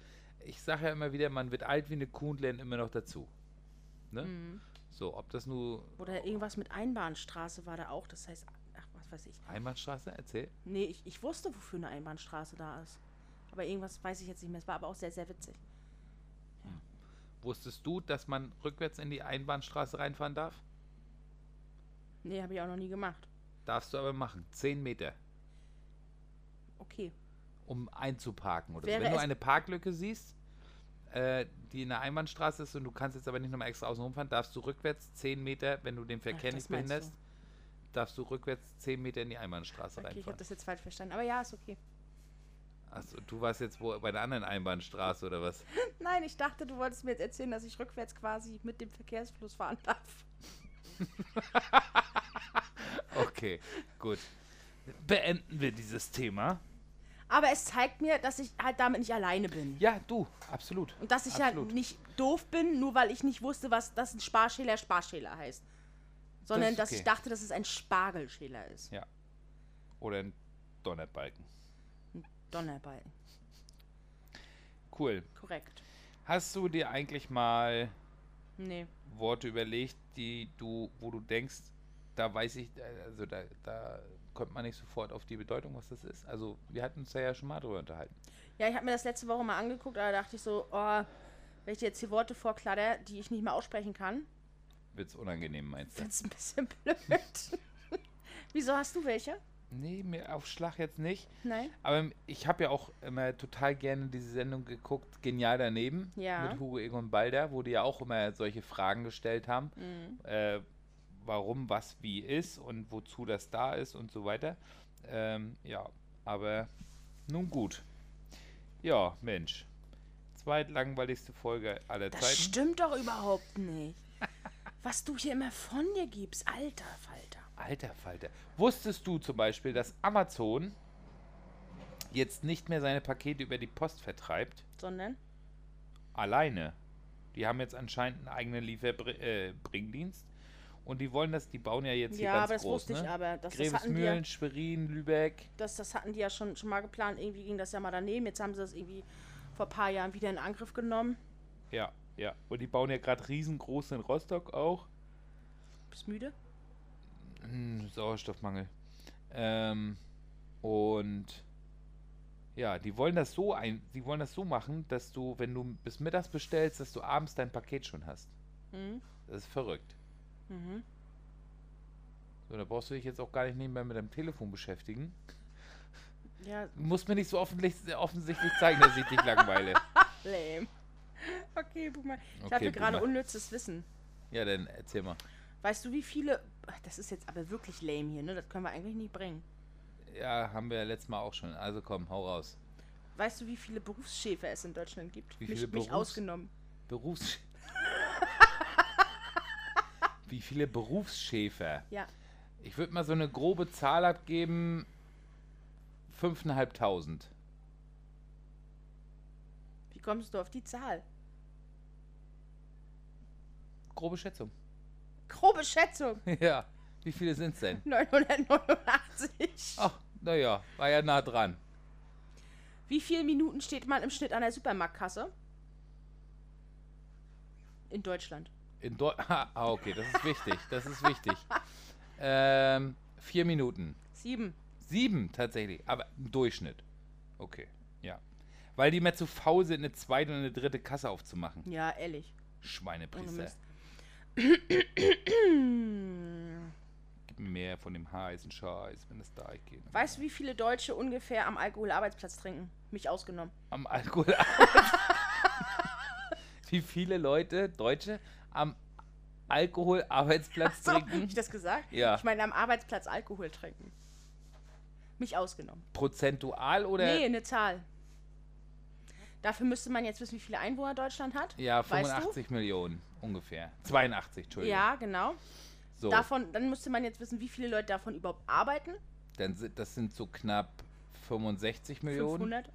Speaker 1: Ich sage ja immer wieder, man wird alt wie eine Kuh und lernt immer noch dazu. Ne? So, ob das nur
Speaker 2: Mhm. Oder irgendwas mit Einbahnstraße war da auch. Das heißt, ach, was weiß ich.
Speaker 1: Einbahnstraße erzählt?
Speaker 2: Nee, ich, ich wusste, wofür eine Einbahnstraße da ist. Aber irgendwas weiß ich jetzt nicht mehr. Es war aber auch sehr, sehr witzig.
Speaker 1: Wusstest du, dass man rückwärts in die Einbahnstraße reinfahren darf?
Speaker 2: Nee, habe ich auch noch nie gemacht.
Speaker 1: Darfst du aber machen. Zehn Meter,
Speaker 2: Okay.
Speaker 1: um einzuparken. Oder so.
Speaker 2: Wäre
Speaker 1: Wenn du
Speaker 2: es-
Speaker 1: eine Parklücke siehst, äh, die in der Einbahnstraße ist und du kannst jetzt aber nicht nochmal extra außen rumfahren, darfst du rückwärts zehn Meter, wenn du den Verkehr
Speaker 2: das
Speaker 1: nicht
Speaker 2: meinst du.
Speaker 1: behinderst, darfst du rückwärts zehn Meter in die Einbahnstraße
Speaker 2: Okay, ich habe
Speaker 1: reinfahren.
Speaker 2: das jetzt falsch verstanden. Aber ja, ist okay.
Speaker 1: Achso, du warst jetzt wo, bei der anderen Einbahnstraße oder was?
Speaker 2: Nein, ich dachte, du wolltest mir jetzt erzählen, dass ich rückwärts quasi mit dem Verkehrsfluss fahren darf.
Speaker 1: Okay, [LAUGHS] gut. Beenden wir dieses Thema.
Speaker 2: Aber es zeigt mir, dass ich halt damit nicht alleine bin.
Speaker 1: Ja, du, absolut.
Speaker 2: Und dass ich
Speaker 1: Absolut.
Speaker 2: halt nicht doof bin, nur weil ich nicht wusste, was dass ein Sparschäler Sparschäler heißt. Sondern
Speaker 1: Das ist
Speaker 2: dass ich
Speaker 1: okay.
Speaker 2: dachte, dass es ein Spargelschäler ist.
Speaker 1: Ja. Oder ein Donnerbalken.
Speaker 2: Donnerbalken.
Speaker 1: Cool.
Speaker 2: Korrekt.
Speaker 1: Hast du dir eigentlich mal
Speaker 2: Nee.
Speaker 1: Worte überlegt, die du, wo du denkst, da weiß ich, äh, also da, da kommt man nicht sofort auf die Bedeutung, was das ist. Also wir hatten uns da ja schon mal drüber unterhalten.
Speaker 2: Ja, ich habe mir das letzte Woche mal angeguckt, aber da dachte ich so, oh, wenn ich dir jetzt hier Worte vorkladder, die ich nicht mehr aussprechen kann, [LAUGHS]
Speaker 1: Wird's unangenehm, meinst du?
Speaker 2: wird's ein bisschen
Speaker 1: [LAUGHS]
Speaker 2: blöd. Wieso hast du welche?
Speaker 1: Nee, mir auf Schlag jetzt nicht.
Speaker 2: Nein?
Speaker 1: Aber ich habe ja auch immer total gerne diese Sendung geguckt, Genial daneben,
Speaker 2: Ja.
Speaker 1: mit Hugo Egon Balder, wo die ja auch immer solche Fragen gestellt haben,
Speaker 2: Mhm.
Speaker 1: äh, warum was wie ist und wozu das da ist und so weiter. Ähm, ja, aber nun gut. Ja, Mensch. Zweitlangweiligste Folge aller
Speaker 2: Das
Speaker 1: Zeiten.
Speaker 2: stimmt doch überhaupt nicht. Was du hier immer von dir gibst, alter Falter.
Speaker 1: Alter Falter. Wusstest du zum Beispiel, dass Amazon jetzt nicht mehr seine Pakete über die Post vertreibt?
Speaker 2: Sondern?
Speaker 1: alleine. Die haben jetzt anscheinend einen eigenen Lieferbringdienst äh, Bringdienst. und die wollen das, die bauen ja jetzt hier
Speaker 2: Ja,
Speaker 1: ganz
Speaker 2: aber das
Speaker 1: groß,
Speaker 2: wusste ich
Speaker 1: ne?
Speaker 2: aber. Das, das, hatten die ja,
Speaker 1: Grevesmühlen, Schwerin, Lübeck.
Speaker 2: das, das hatten die ja schon, schon mal geplant. Irgendwie ging das ja mal daneben. Jetzt haben sie das irgendwie vor ein paar Jahren wieder in Angriff genommen.
Speaker 1: Ja, ja. Und die bauen ja gerade riesengroß in Rostock auch.
Speaker 2: Bist müde?
Speaker 1: Hm, Sauerstoffmangel. Ähm, und ja, die wollen das so ein, die wollen das so machen, dass du, wenn du bis mittags bestellst, dass du abends dein Paket schon hast.
Speaker 2: Mhm.
Speaker 1: Das ist verrückt.
Speaker 2: Mhm.
Speaker 1: So, da brauchst du dich jetzt auch gar nicht nebenbei mit deinem Telefon beschäftigen.
Speaker 2: Ja,
Speaker 1: Du musst mir nicht so offensichtlich, offensichtlich zeigen, dass ich dich langweile.
Speaker 2: lame. Okay, Boomer. Ich
Speaker 1: Okay,
Speaker 2: hatte gerade
Speaker 1: Boomer.
Speaker 2: unnützes Wissen.
Speaker 1: Ja, dann erzähl mal.
Speaker 2: Weißt du, wie viele. Ach, Das ist jetzt aber wirklich lame hier, ne? Das können wir eigentlich nicht bringen.
Speaker 1: Ja, haben wir ja letztes Mal auch schon. Also komm, hau raus.
Speaker 2: Weißt du, wie viele Berufsschäfer es in Deutschland gibt?
Speaker 1: Wie
Speaker 2: mich,
Speaker 1: viele
Speaker 2: mich
Speaker 1: Berufs-
Speaker 2: ausgenommen.
Speaker 1: Berufs... [LAUGHS] Wie viele Berufsschäfer?
Speaker 2: Ja.
Speaker 1: Ich würde mal so eine grobe Zahl abgeben. 5.500.
Speaker 2: Wie kommst du auf die Zahl?
Speaker 1: Grobe Schätzung.
Speaker 2: Grobe Schätzung.
Speaker 1: [LAUGHS]
Speaker 2: [LAUGHS]
Speaker 1: ja. Wie viele sind's denn?
Speaker 2: 989.
Speaker 1: Ach, naja, war ja nah dran.
Speaker 2: Wie viele Minuten steht man im Schnitt an der Supermarktkasse? In Deutschland.
Speaker 1: In Deu [LAUGHS] ah, okay, das ist wichtig. Das ist wichtig. Ähm, vier Minuten.
Speaker 2: Sieben.
Speaker 1: Sieben tatsächlich, aber im Durchschnitt. Okay, ja. Weil die mehr zu faul sind, eine zweite und eine dritte Kasse aufzumachen.
Speaker 2: Ja, ehrlich. Ohne
Speaker 1: Schweinepriester.
Speaker 2: Mist.
Speaker 1: [CLEARS THROAT]
Speaker 2: [CLEARS THROAT]
Speaker 1: Gib mir mehr von dem heißen Scheiß, wenn es da ich gehe.
Speaker 2: Weißt du, wie viele Deutsche ungefähr am Alkoholarbeitsplatz trinken? Mich ausgenommen. [LAUGHS]
Speaker 1: Am Alkohol. [LAUGHS] Wie viele Leute, Deutsche, am Alkoholarbeitsplatz
Speaker 2: So, hab
Speaker 1: trinken?
Speaker 2: ich das gesagt?
Speaker 1: Ja.
Speaker 2: Ich meine, am Arbeitsplatz Alkohol trinken. Mich ausgenommen.
Speaker 1: Prozentual oder?
Speaker 2: nee, eine Zahl. Dafür müsste man jetzt wissen, wie viele Einwohner Deutschland hat.
Speaker 1: Ja,
Speaker 2: Weißt
Speaker 1: 85 Millionen ungefähr. 82,
Speaker 2: du?
Speaker 1: Entschuldigung.
Speaker 2: Ja, genau.
Speaker 1: so,
Speaker 2: Davon, dann müsste man jetzt wissen, wie viele Leute davon überhaupt arbeiten.
Speaker 1: dann sind, das sind so knapp 65 Millionen.
Speaker 2: 500.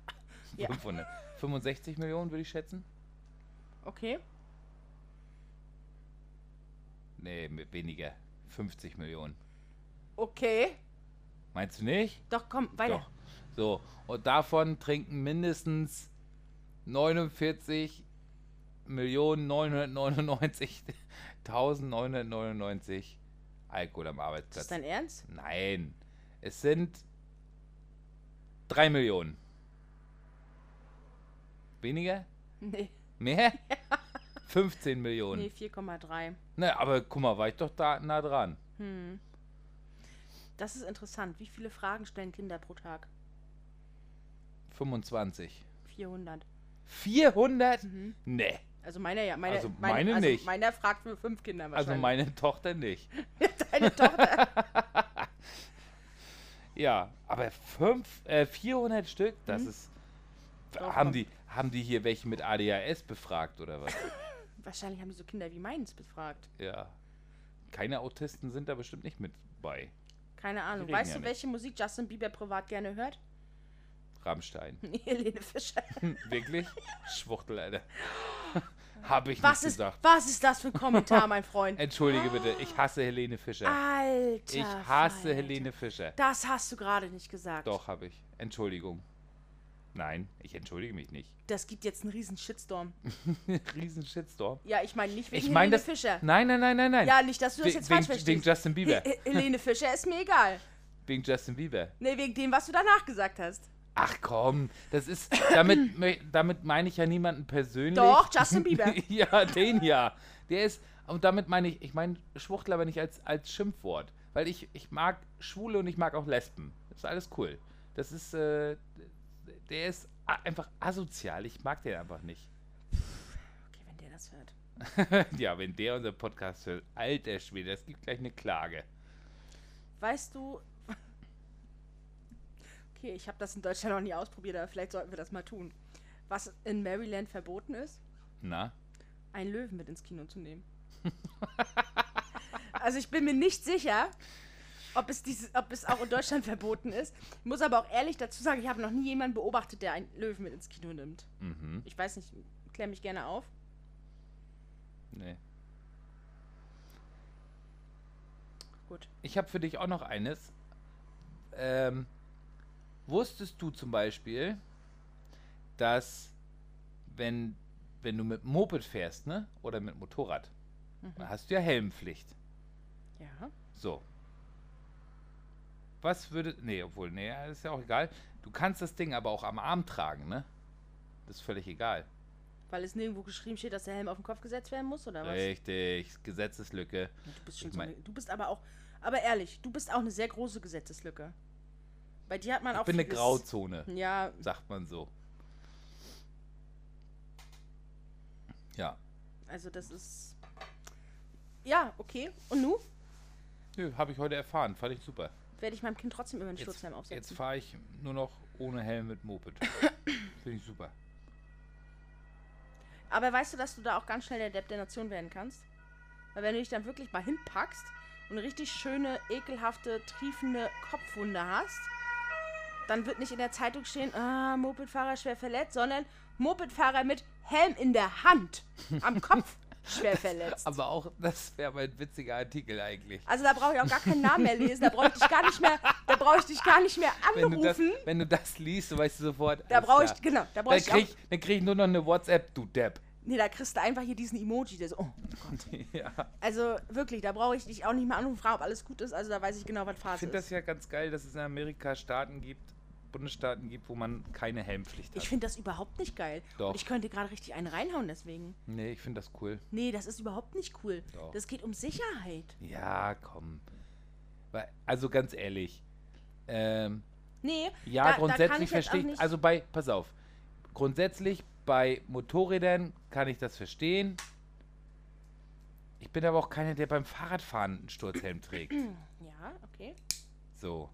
Speaker 2: Ja.
Speaker 1: 500. 65 Millionen würde ich schätzen.
Speaker 2: Okay.
Speaker 1: Nee, mit weniger. 50 Millionen.
Speaker 2: Okay.
Speaker 1: Meinst du nicht?
Speaker 2: Doch, komm, weiter.
Speaker 1: Doch. So, und davon trinken mindestens 49 Millionen [LAUGHS] 999.999 Alkohol am
Speaker 2: Ist das
Speaker 1: Arbeitsplatz. [LAUGHS]
Speaker 2: dein Ernst?
Speaker 1: Nein, es sind 3 Millionen. Weniger?
Speaker 2: Nee. [LAUGHS]
Speaker 1: Mehr? 15 Millionen.
Speaker 2: Nee, 4,3.
Speaker 1: Na, aber guck mal, war ich doch da nah dran.
Speaker 2: Hm. Das ist interessant. Wie viele Fragen stellen Kinder pro Tag?
Speaker 1: 25.
Speaker 2: 400.
Speaker 1: 400? Nee.
Speaker 2: Also meiner ja. Meine,
Speaker 1: Also meine
Speaker 2: also
Speaker 1: nicht.
Speaker 2: Meiner fragt für fünf Kinder
Speaker 1: Also
Speaker 2: wahrscheinlich.
Speaker 1: meine Tochter nicht.
Speaker 2: [LAUGHS] Deine Tochter.
Speaker 1: Ja, aber fünf, äh, 400 Stück, das
Speaker 2: Mhm.
Speaker 1: ist.
Speaker 2: Drauf
Speaker 1: Haben
Speaker 2: kommt.
Speaker 1: die, haben die hier welche mit ADHS befragt oder
Speaker 2: [LAUGHS]
Speaker 1: was?
Speaker 2: Wahrscheinlich haben die so Kinder wie meins befragt.
Speaker 1: ja. Keine Autisten sind da bestimmt nicht mit bei.
Speaker 2: Keine Ahnung.
Speaker 1: reden
Speaker 2: Weißt
Speaker 1: ja
Speaker 2: du,
Speaker 1: nicht.
Speaker 2: welche Musik Justin Bieber privat gerne hört? [LAUGHS]
Speaker 1: Rammstein. [LAUGHS]
Speaker 2: Nee, Helene Fischer.
Speaker 1: Wirklich? Schwuchtel, Alter. [LAUGHS] Hab ich
Speaker 2: Was
Speaker 1: nicht
Speaker 2: ist,
Speaker 1: gesagt.
Speaker 2: was ist das für ein Kommentar,
Speaker 1: [LAUGHS]
Speaker 2: mein Freund?
Speaker 1: Entschuldige bitte, ich hasse Helene Fischer.
Speaker 2: Alter.
Speaker 1: ich hasse
Speaker 2: Falter.
Speaker 1: Helene Fischer.
Speaker 2: Das hast du gerade nicht gesagt.
Speaker 1: Doch, habe ich. Entschuldigung. Nein, ich entschuldige mich nicht. [LAUGHS]
Speaker 2: Das gibt jetzt einen riesen Shitstorm.
Speaker 1: Riesen Shitstorm.
Speaker 2: Ja, ich meine nicht wegen
Speaker 1: Ich meine
Speaker 2: Helene
Speaker 1: das.
Speaker 2: Fischer.
Speaker 1: Nein, nein, nein, nein, nein.
Speaker 2: Ja, nicht, dass du das
Speaker 1: We-
Speaker 2: jetzt falsch Äh,
Speaker 1: wegen, wegen
Speaker 2: verstehst.
Speaker 1: Justin Bieber.
Speaker 2: He- He-
Speaker 1: [LAUGHS]
Speaker 2: Helene Fischer ist mir egal.
Speaker 1: Wegen Justin Bieber.
Speaker 2: Nee, wegen dem, was du danach gesagt hast.
Speaker 1: Ach komm, das ist.
Speaker 2: [CLEARS THROAT]
Speaker 1: Damit, mö- damit meine ich ja niemanden persönlich. [LAUGHS]
Speaker 2: Doch, Justin Bieber.
Speaker 1: ja, den ja. Der ist. Und damit meine ich, ich meine Schwuchtel aber nicht als, als Schimpfwort. Weil ich, ich mag Schwule und ich mag auch Lesben. Das ist alles cool. Das ist. Äh, der ist a- einfach asozial. Ich mag den einfach nicht.
Speaker 2: Okay, wenn der das hört.
Speaker 1: ja, wenn der unser Podcast hört, alter Schwede, es gibt gleich eine Klage.
Speaker 2: Weißt du. [LAUGHS] Okay, ich habe das in Deutschland noch nie ausprobiert, aber vielleicht sollten wir das mal tun. Was in Maryland verboten ist,
Speaker 1: Na?
Speaker 2: einen Löwen mit ins Kino
Speaker 1: [LAUGHS]
Speaker 2: zu nehmen. also ich bin mir nicht sicher, ob es, dieses, ob es auch in Deutschland verboten ist. Ich muss aber auch ehrlich dazu sagen, ich habe noch nie jemanden beobachtet, der einen Löwen mit ins Kino nimmt.
Speaker 1: Mhm.
Speaker 2: Ich weiß nicht, klär mich gerne auf.
Speaker 1: Nee.
Speaker 2: Gut.
Speaker 1: Ich habe für dich auch noch eines. Ähm, wusstest du zum Beispiel, dass wenn, wenn du mit Moped fährst, ne? Oder mit Motorrad, dann hast du ja Helmpflicht.
Speaker 2: Ja.
Speaker 1: So. Was würde. Nee, obwohl, nee, ist ja auch egal. Du kannst das Ding aber auch am Arm tragen, ne? Das ist völlig egal.
Speaker 2: Weil es nirgendwo geschrieben steht, dass der Helm auf den Kopf gesetzt werden muss, oder was?
Speaker 1: Richtig, Gesetzeslücke.
Speaker 2: Du bist schon
Speaker 1: Ich
Speaker 2: so
Speaker 1: mein-
Speaker 2: eine, Du bist aber auch. Aber ehrlich, du bist auch eine sehr große Gesetzeslücke. Bei dir hat man
Speaker 1: Ich
Speaker 2: auch.
Speaker 1: bin eine
Speaker 2: vieles-
Speaker 1: Grauzone,
Speaker 2: Ja,
Speaker 1: sagt man so. Ja.
Speaker 2: also das ist. Ja, okay. Und nu?
Speaker 1: Nö, habe ich heute erfahren. Fand ich super.
Speaker 2: Werde ich meinem Kind trotzdem über den
Speaker 1: Jetzt,
Speaker 2: Schutzhelm
Speaker 1: jetzt
Speaker 2: aufsetzen.
Speaker 1: fahre ich nur noch ohne Helm mit
Speaker 2: [COUGHS]
Speaker 1: Moped. Finde ich super.
Speaker 2: Aber weißt du, dass du da auch ganz schnell der Depp der Nation werden kannst? Weil wenn du dich dann wirklich mal hinpackst und eine richtig schöne, ekelhafte, triefende Kopfwunde hast, dann wird nicht in der Zeitung stehen, ah, Mopedfahrer schwer verletzt, sondern Mopedfahrer mit Helm in der Hand
Speaker 1: [LAUGHS]
Speaker 2: am Kopf schwer verletzt.
Speaker 1: Aber auch, das wäre mein witziger Artikel eigentlich.
Speaker 2: Also da brauche ich auch gar keinen Namen mehr lesen, da brauche ich dich gar nicht mehr, da brauche ich dich gar nicht mehr
Speaker 1: Wenn du, das,
Speaker 2: anrufen.
Speaker 1: wenn du das liest, so weißt du sofort.
Speaker 2: Da
Speaker 1: alles
Speaker 2: brauche ich,
Speaker 1: klar.
Speaker 2: genau, da brauche
Speaker 1: Dann
Speaker 2: ich auch,
Speaker 1: krieg, dann krieg ich nur noch eine WhatsApp, du Depp.
Speaker 2: nee, da kriegst du einfach hier diesen Emoji, der so, oh
Speaker 1: [LAUGHS] ja.
Speaker 2: Also wirklich, da brauche ich dich auch nicht mehr anrufen und fragen, ob alles gut ist. Also da weiß ich genau, was
Speaker 1: Ich
Speaker 2: Phase
Speaker 1: finde das
Speaker 2: ist.
Speaker 1: ja ganz geil, dass es in Amerika Staaten gibt, Bundesstaaten gibt, wo man keine Helmpflicht hat.
Speaker 2: Ich finde das überhaupt nicht geil.
Speaker 1: Doch.
Speaker 2: Und ich könnte gerade richtig einen reinhauen deswegen.
Speaker 1: nee, ich finde das cool.
Speaker 2: Nee, das ist überhaupt nicht cool.
Speaker 1: Doch.
Speaker 2: Das geht um Sicherheit.
Speaker 1: Ja, komm. Weil- Also ganz ehrlich. Ähm,
Speaker 2: Nee,
Speaker 1: ja,
Speaker 2: da- da kann
Speaker 1: grundsätzlich
Speaker 2: ich jetzt auch
Speaker 1: verstehe ich.
Speaker 2: nicht-
Speaker 1: Also bei, pass auf. Grundsätzlich bei Motorrädern kann ich das verstehen. Ich bin aber auch keiner, der beim Fahrradfahren einen
Speaker 2: [CLEARS THROAT]
Speaker 1: Sturzhelm trägt.
Speaker 2: Ja, okay.
Speaker 1: So.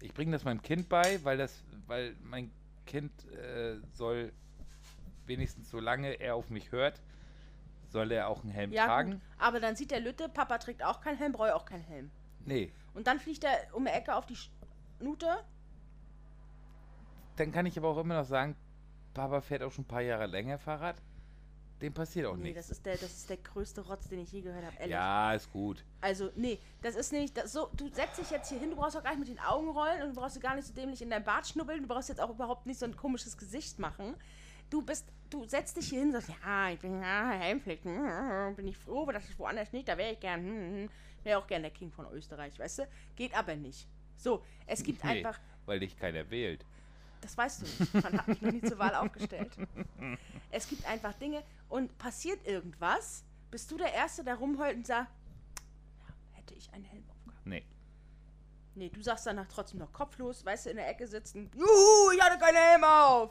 Speaker 1: Ich bringe das meinem Kind bei, weil das, weil mein Kind äh, soll wenigstens solange er auf mich hört, soll er auch einen Helm
Speaker 2: Ja,
Speaker 1: tragen.
Speaker 2: gut. Aber dann sieht der Lütte, Papa trägt auch keinen Helm, brauche auch keinen Helm.
Speaker 1: Nee,
Speaker 2: Und dann fliegt er um die Ecke auf die Schnute.
Speaker 1: dann kann ich aber auch immer noch sagen, Papa fährt auch schon ein paar Jahre länger Fahrrad. Dem passiert auch
Speaker 2: Nee,
Speaker 1: nichts.
Speaker 2: das ist, der, das ist der größte Rotz, den ich je gehört habe. Ehrlich.
Speaker 1: Ja, ist gut.
Speaker 2: Also, nee, das ist nicht. Das so, du setzt dich jetzt hier hin, du brauchst auch gar nicht mit den Augen rollen und du brauchst gar nicht so dämlich in dein Bart schnubbeln, du brauchst jetzt auch überhaupt nicht so ein komisches Gesicht machen. Du bist, du setzt dich hier hin und sagst, ja, ich bin ja, Helmpflichten, bin ich froh, dass ich woanders nicht, da wäre ich gern, hm, hm, wäre auch gern der King von Österreich, weißt du? Geht aber nicht. So, es gibt
Speaker 1: Nee,
Speaker 2: einfach,
Speaker 1: weil dich keiner wählt.
Speaker 2: das weißt du nicht, man hat mich noch nie zur Wahl aufgestellt. Es gibt einfach Dinge und passiert irgendwas, bist du der Erste, der rumheult und sagt, ja, hätte ich einen Helm aufgehabt.
Speaker 1: Nee.
Speaker 2: Nee, du sagst danach trotzdem noch kopflos, weißt du, in der Ecke sitzen. Juhu, ich hatte keinen Helm auf.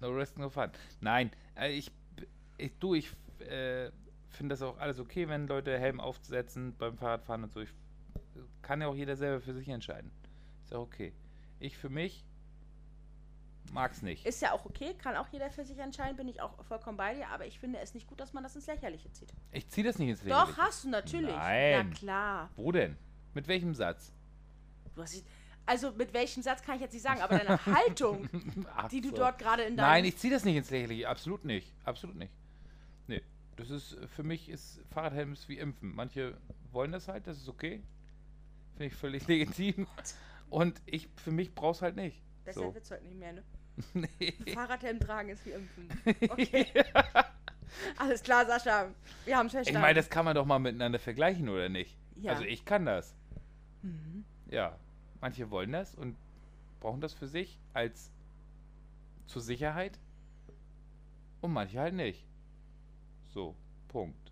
Speaker 1: No risk, no fun. Nein, äh, ich, ich du, ich äh, finde das auch alles okay, wenn Leute Helm aufsetzen beim Fahrradfahren und so. Ich, kann ja auch jeder selber für sich entscheiden. Ist auch okay. Ich für mich mag's nicht.
Speaker 2: Ist ja auch okay, kann auch jeder für sich entscheiden, bin ich auch vollkommen bei dir, aber ich finde es nicht gut, dass man das ins Lächerliche zieht.
Speaker 1: Ich ziehe das nicht ins Leben.
Speaker 2: Doch, hast du natürlich.
Speaker 1: Nein.
Speaker 2: Na klar.
Speaker 1: Wo denn? Mit welchem Satz? [LAUGHS]
Speaker 2: Du hast, also mit welchem Satz kann ich jetzt nicht sagen,
Speaker 1: [LAUGHS]
Speaker 2: aber deine Haltung,
Speaker 1: Ach
Speaker 2: die du
Speaker 1: so.
Speaker 2: dort gerade in deinem...
Speaker 1: Nein, ich ziehe das nicht ins Lächerliche. Absolut nicht. Absolut nicht. Nee. Das ist, äh, für mich ist Fahrradhelm ist wie Impfen. Manche wollen das halt, das ist okay. Finde ich völlig [LAUGHS] legitim. Und ich, für mich brauch's halt nicht.
Speaker 2: Besser
Speaker 1: So.
Speaker 2: wird's heute nicht mehr, ne?
Speaker 1: [LAUGHS] Nee.
Speaker 2: Fahrradhelm tragen ist wie impfen. Okay. [LAUGHS] Alles klar, Sascha. Wir haben
Speaker 1: Ich
Speaker 2: verstanden.
Speaker 1: meine, das kann man doch mal miteinander vergleichen, oder nicht?
Speaker 2: Ja. Mhm.
Speaker 1: Also ich kann das. Ja. Manche wollen das und brauchen das für sich als zur Sicherheit. Und manche halt nicht. So, Punkt.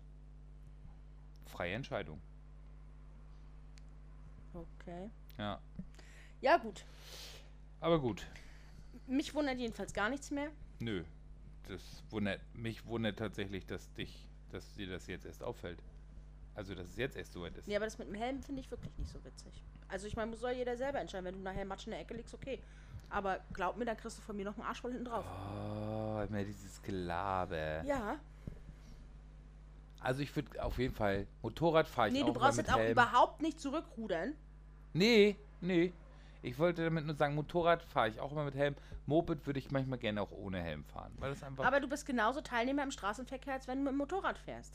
Speaker 1: Freie Entscheidung.
Speaker 2: okay.
Speaker 1: Ja.
Speaker 2: Ja, gut.
Speaker 1: Aber gut.
Speaker 2: Mich wundert jedenfalls gar nichts mehr.
Speaker 1: Nö. Das wundert, mich wundert tatsächlich, dass dich, dass dir das jetzt erst auffällt. Also, dass es jetzt erst soweit ist.
Speaker 2: Nee, aber das mit dem Helm finde ich wirklich nicht so witzig. Also ich meine, muss soll jeder selber entscheiden. Wenn du nachher Matsch in der Ecke liegst, okay. Aber glaub mir, dann kriegst du von mir noch einen Arsch voll hinten drauf.
Speaker 1: Oh, immer dieses Gelaber.
Speaker 2: Ja.
Speaker 1: Also ich würde auf jeden Fall Motorrad fahren.
Speaker 2: Nee,
Speaker 1: auch
Speaker 2: du
Speaker 1: immer
Speaker 2: brauchst
Speaker 1: mit
Speaker 2: jetzt auch
Speaker 1: Helm.
Speaker 2: überhaupt nicht zurückrudern.
Speaker 1: Nee, nee. Ich wollte damit nur sagen, Motorrad fahre ich auch immer mit Helm. Moped würde ich manchmal gerne auch ohne Helm fahren, weil das einfach.
Speaker 2: Aber du bist genauso Teilnehmer im Straßenverkehr, als wenn du mit dem Motorrad fährst.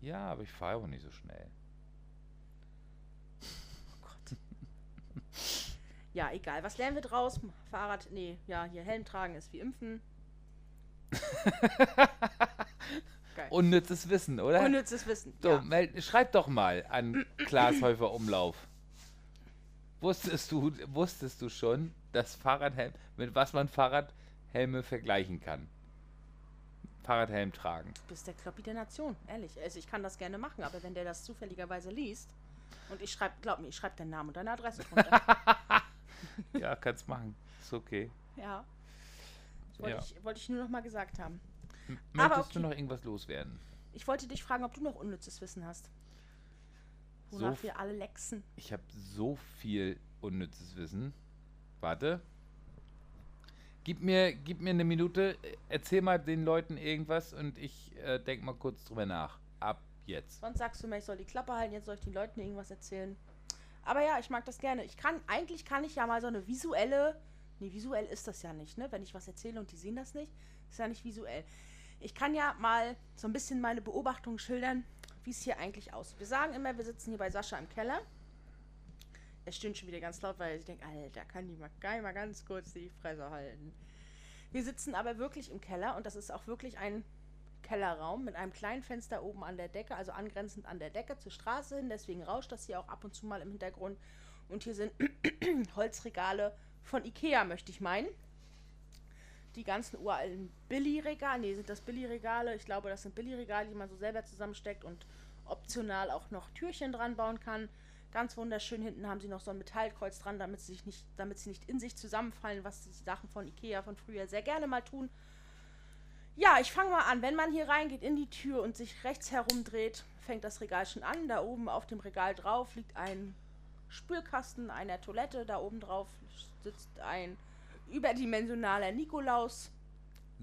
Speaker 1: ja, aber ich fahre auch nicht so schnell.
Speaker 2: Oh Gott. ja, egal. Was lernen wir draus? Fahrrad, nee, ja, hier Helm tragen ist wie impfen. Geil.
Speaker 1: Unnützes Wissen, oder?
Speaker 2: Unnützes Wissen.
Speaker 1: Äh. so,
Speaker 2: ja.
Speaker 1: meld, schreib doch mal an Glashäufer Umlauf. Wusstest du, wusstest du schon, dass Fahrradhelm, mit was man Fahrradhelme vergleichen kann? Fahrradhelm tragen.
Speaker 2: Du bist der Kloppi der Nation, ehrlich. Also ich kann das gerne machen, aber wenn der das zufälligerweise liest und ich schreibe, glaub mir, ich schreibe deinen Namen und deine Adresse drunter.
Speaker 1: Ja, kannst machen. Ist okay.
Speaker 2: ja. Wollte,
Speaker 1: Ja.
Speaker 2: Ich, wollte ich nur noch mal gesagt haben.
Speaker 1: M-
Speaker 2: Aber
Speaker 1: Möchtest du
Speaker 2: okay.
Speaker 1: noch irgendwas loswerden?
Speaker 2: Ich wollte dich fragen, ob du noch unnützes Wissen hast.
Speaker 1: So
Speaker 2: Wonach
Speaker 1: f-
Speaker 2: wir alle lexen.
Speaker 1: Ich habe so viel unnützes Wissen. Warte. Gib mir, gib mir eine Minute, äh, erzähl mal den Leuten irgendwas und ich äh, denk mal kurz drüber nach. Ab jetzt.
Speaker 2: Sonst sagst du mir, ich soll die Klappe halten, jetzt soll ich den Leuten irgendwas erzählen. Aber ja, ich mag das gerne. Ich kann, eigentlich kann ich ja mal so eine visuelle. Nee, visuell ist das ja nicht, ne? Wenn ich was erzähle und die sehen das nicht, ist ja nicht visuell. Ich kann ja mal so ein bisschen meine Beobachtungen schildern, wie es hier eigentlich aussieht. Wir sagen immer, wir sitzen hier bei Sascha im Keller. Er stöhnt schon wieder ganz laut, weil ich denke, Alter, kann die mal, kann ich mal ganz kurz die Fresse halten. Wir sitzen aber wirklich im Keller und das ist auch wirklich ein Kellerraum mit einem kleinen Fenster oben an der Decke, also angrenzend an der Decke zur Straße hin. Deswegen rauscht das hier auch ab und zu mal im Hintergrund. Und hier sind [CLEARS THROAT] Holzregale von Ikea, möchte ich meinen. Die ganzen uralten Billy-Regale, nee, sind das Billy-Regale? Ich glaube, das sind Billy-Regale, die man so selber zusammensteckt und optional auch noch Türchen dran bauen kann. Ganz wunderschön, hinten haben sie noch so ein Metallkreuz dran, damit sie, sich nicht, damit sie nicht in sich zusammenfallen, was die Sachen von Ikea von früher sehr gerne mal tun. Ja, ich fange mal an. Wenn man hier reingeht in die Tür und sich rechts herumdreht, fängt das Regal schon an. Da oben auf dem Regal drauf liegt ein Spülkasten einer Toilette. Da oben drauf sitzt ein überdimensionaler Nikolaus.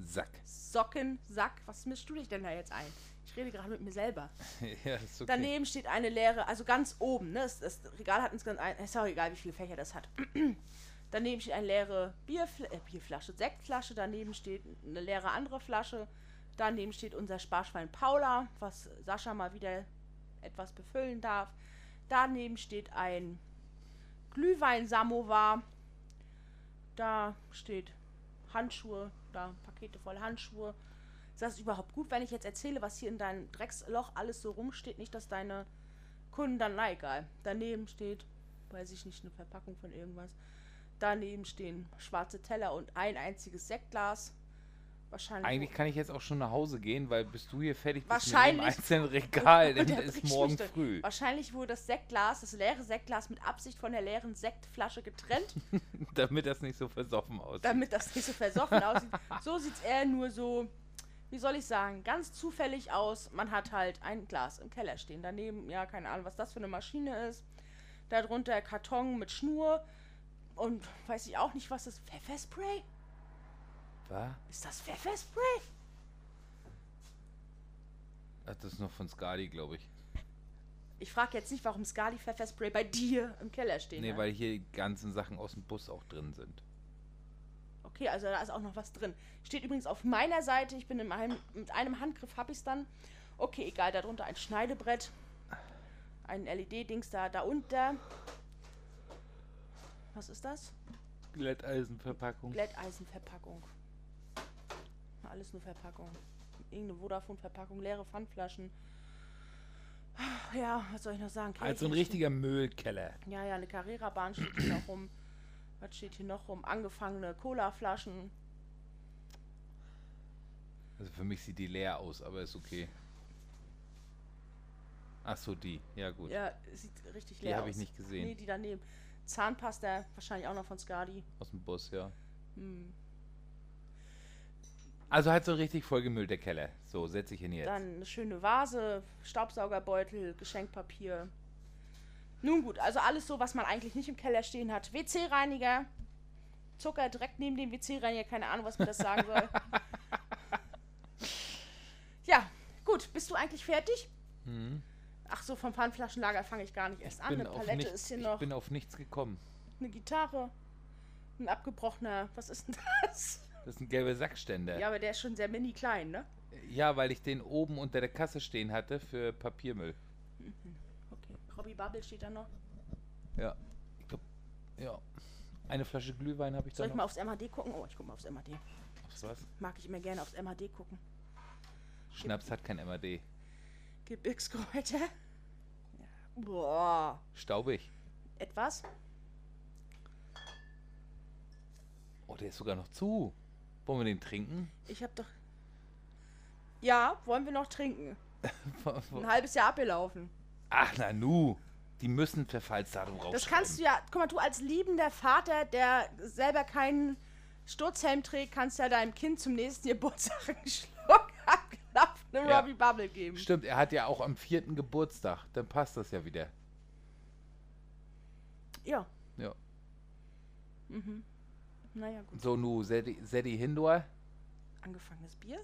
Speaker 1: Sack.
Speaker 2: Socken, Sack. Was mischst du dich denn da jetzt ein? Ich rede gerade mit mir selber.
Speaker 1: [LAUGHS] ja, ist okay.
Speaker 2: Daneben steht eine leere, also ganz oben, ne? Das, das Regal hat insgesamt ein, ist auch egal, wie viele Fächer das hat. [CLEARS THROAT] daneben steht eine leere Bierfl äh, Bierflasche, Sektflasche, daneben steht eine leere andere Flasche, daneben steht unser Sparschwein Paula, was Sascha mal wieder etwas befüllen darf. Daneben steht ein Glühwein-Samovar. Da steht Handschuhe, da Pakete voll Handschuhe. Ist das überhaupt gut, wenn ich jetzt erzähle, was hier in deinem Drecksloch alles so rumsteht? Nicht, dass deine Kunden dann, na egal. Daneben steht, weiß ich nicht, eine Verpackung von irgendwas. Daneben stehen schwarze Teller und ein einziges Sektglas. Wahrscheinlich.
Speaker 1: Eigentlich kann ich jetzt auch schon nach Hause gehen, weil bist du hier fertig bist
Speaker 2: Wahrscheinlich-
Speaker 1: mit jedem einzelnen
Speaker 2: [LAUGHS]
Speaker 1: Regal, dann
Speaker 2: Unterbrich
Speaker 1: ist
Speaker 2: mich
Speaker 1: morgen
Speaker 2: doch.
Speaker 1: früh.
Speaker 2: Wahrscheinlich wurde das Sektglas, das leere Sektglas mit Absicht von der leeren Sektflasche getrennt,
Speaker 1: [LAUGHS] Damit das nicht so versoffen aussieht.
Speaker 2: damit das nicht so versoffen aussieht. So sieht es eher nur so, wie soll ich sagen, ganz zufällig aus. Man hat halt ein Glas im Keller stehen. Daneben, ja, keine Ahnung, was das für eine Maschine ist. Darunter Karton mit Schnur und weiß ich auch nicht, was das Pfefferspray?
Speaker 1: Wa?
Speaker 2: Ist das Pfefferspray?
Speaker 1: Ach, das ist noch von Skadi, glaube ich.
Speaker 2: Ich frage jetzt nicht, warum Skali Pfefferspray bei dir im Keller stehen
Speaker 1: Nee,
Speaker 2: hat.
Speaker 1: weil hier die ganzen Sachen aus dem Bus auch drin sind.
Speaker 2: Okay, also da ist auch noch was drin. Steht übrigens auf meiner Seite. Ich bin in einem, mit einem Handgriff habe ich es dann. Okay, egal. Darunter ein Schneidebrett. Ein LED-Dings da, da unter. Was ist das?
Speaker 1: Glätteisenverpackung.
Speaker 2: Glätteisenverpackung. Alles nur Verpackung. Irgendeine Vodafone-Verpackung, leere Pfandflaschen. Ja, was soll ich noch sagen?
Speaker 1: Also ein
Speaker 2: Käfig-
Speaker 1: richtiger Müllkeller.
Speaker 2: ja, ja, eine Carrera-Bahn steht hier noch rum. Was steht hier noch rum? Angefangene Cola-Flaschen.
Speaker 1: Also für mich sieht die leer aus, aber ist okay. Ach so, die. Ja, gut.
Speaker 2: Ja, sieht richtig
Speaker 1: Die
Speaker 2: leer
Speaker 1: habe ich
Speaker 2: aus.
Speaker 1: nicht gesehen.
Speaker 2: Nee, die daneben. Zahnpasta, wahrscheinlich auch noch von Skadi.
Speaker 1: Aus dem Bus, ja.
Speaker 2: Hm.
Speaker 1: Also halt so richtig vollgemüllt der Keller. So, setze ich hin jetzt.
Speaker 2: Dann eine schöne Vase, Staubsaugerbeutel, Geschenkpapier. Nun gut, also alles so, was man eigentlich nicht im Keller stehen hat. WC-Reiniger, Zucker direkt neben dem WC-Reiniger, keine Ahnung, was mir das sagen
Speaker 1: [LAUGHS]
Speaker 2: soll. ja, gut, bist du eigentlich fertig?
Speaker 1: Hm.
Speaker 2: Ach so, vom Pfandflaschenlager fange ich gar nicht erst an.
Speaker 1: Bin
Speaker 2: Eine
Speaker 1: auf
Speaker 2: Palette
Speaker 1: nichts,
Speaker 2: ist hier
Speaker 1: ich
Speaker 2: noch,
Speaker 1: bin auf nichts gekommen.
Speaker 2: eine Gitarre, ein abgebrochener, was ist denn das?
Speaker 1: Das ist ein gelber Sackständer.
Speaker 2: Ja,
Speaker 1: Ja.
Speaker 2: aber der ist schon sehr mini klein, ne?
Speaker 1: weil ich den oben unter der Kasse stehen hatte für Papiermüll.
Speaker 2: Okay. Robbie Bubble steht da noch.
Speaker 1: Ja. Ich glaub, ja. Eine Flasche Glühwein habe ich
Speaker 2: Soll
Speaker 1: da
Speaker 2: ich mal
Speaker 1: noch.
Speaker 2: aufs MAD gucken? Oh, ich guck mal aufs MAD.
Speaker 1: Auf Was?
Speaker 2: Mag ich immer gerne aufs MHD gucken.
Speaker 1: Schnaps hat kein MAD.
Speaker 2: Gebirgskräuter. [LAUGHS] Ja. Boah.
Speaker 1: Staubig.
Speaker 2: Etwas?
Speaker 1: Oh, der ist sogar noch zu. Wollen wir den trinken?
Speaker 2: Ich hab doch. Ja, wollen wir noch trinken?
Speaker 1: Oh.
Speaker 2: Ein halbes Jahr abgelaufen.
Speaker 1: Ach, Nanu. Die müssen Verfallsdatum rausschreiben.
Speaker 2: Das kannst du ja. Guck mal, du als liebender Vater, der selber keinen Sturzhelm trägt, kannst ja deinem Kind zum nächsten Geburtstag einen Schluck [LAUGHS] abgelaufenen
Speaker 1: Ja.
Speaker 2: Robbie Bubble geben.
Speaker 1: Stimmt, er hat ja auch am vierten Geburtstag. Dann passt das ja wieder.
Speaker 2: Ja,
Speaker 1: Ja.
Speaker 2: naja, gut.
Speaker 1: So, nu, Sedi Sedi Hindor.
Speaker 2: Angefangenes Bier?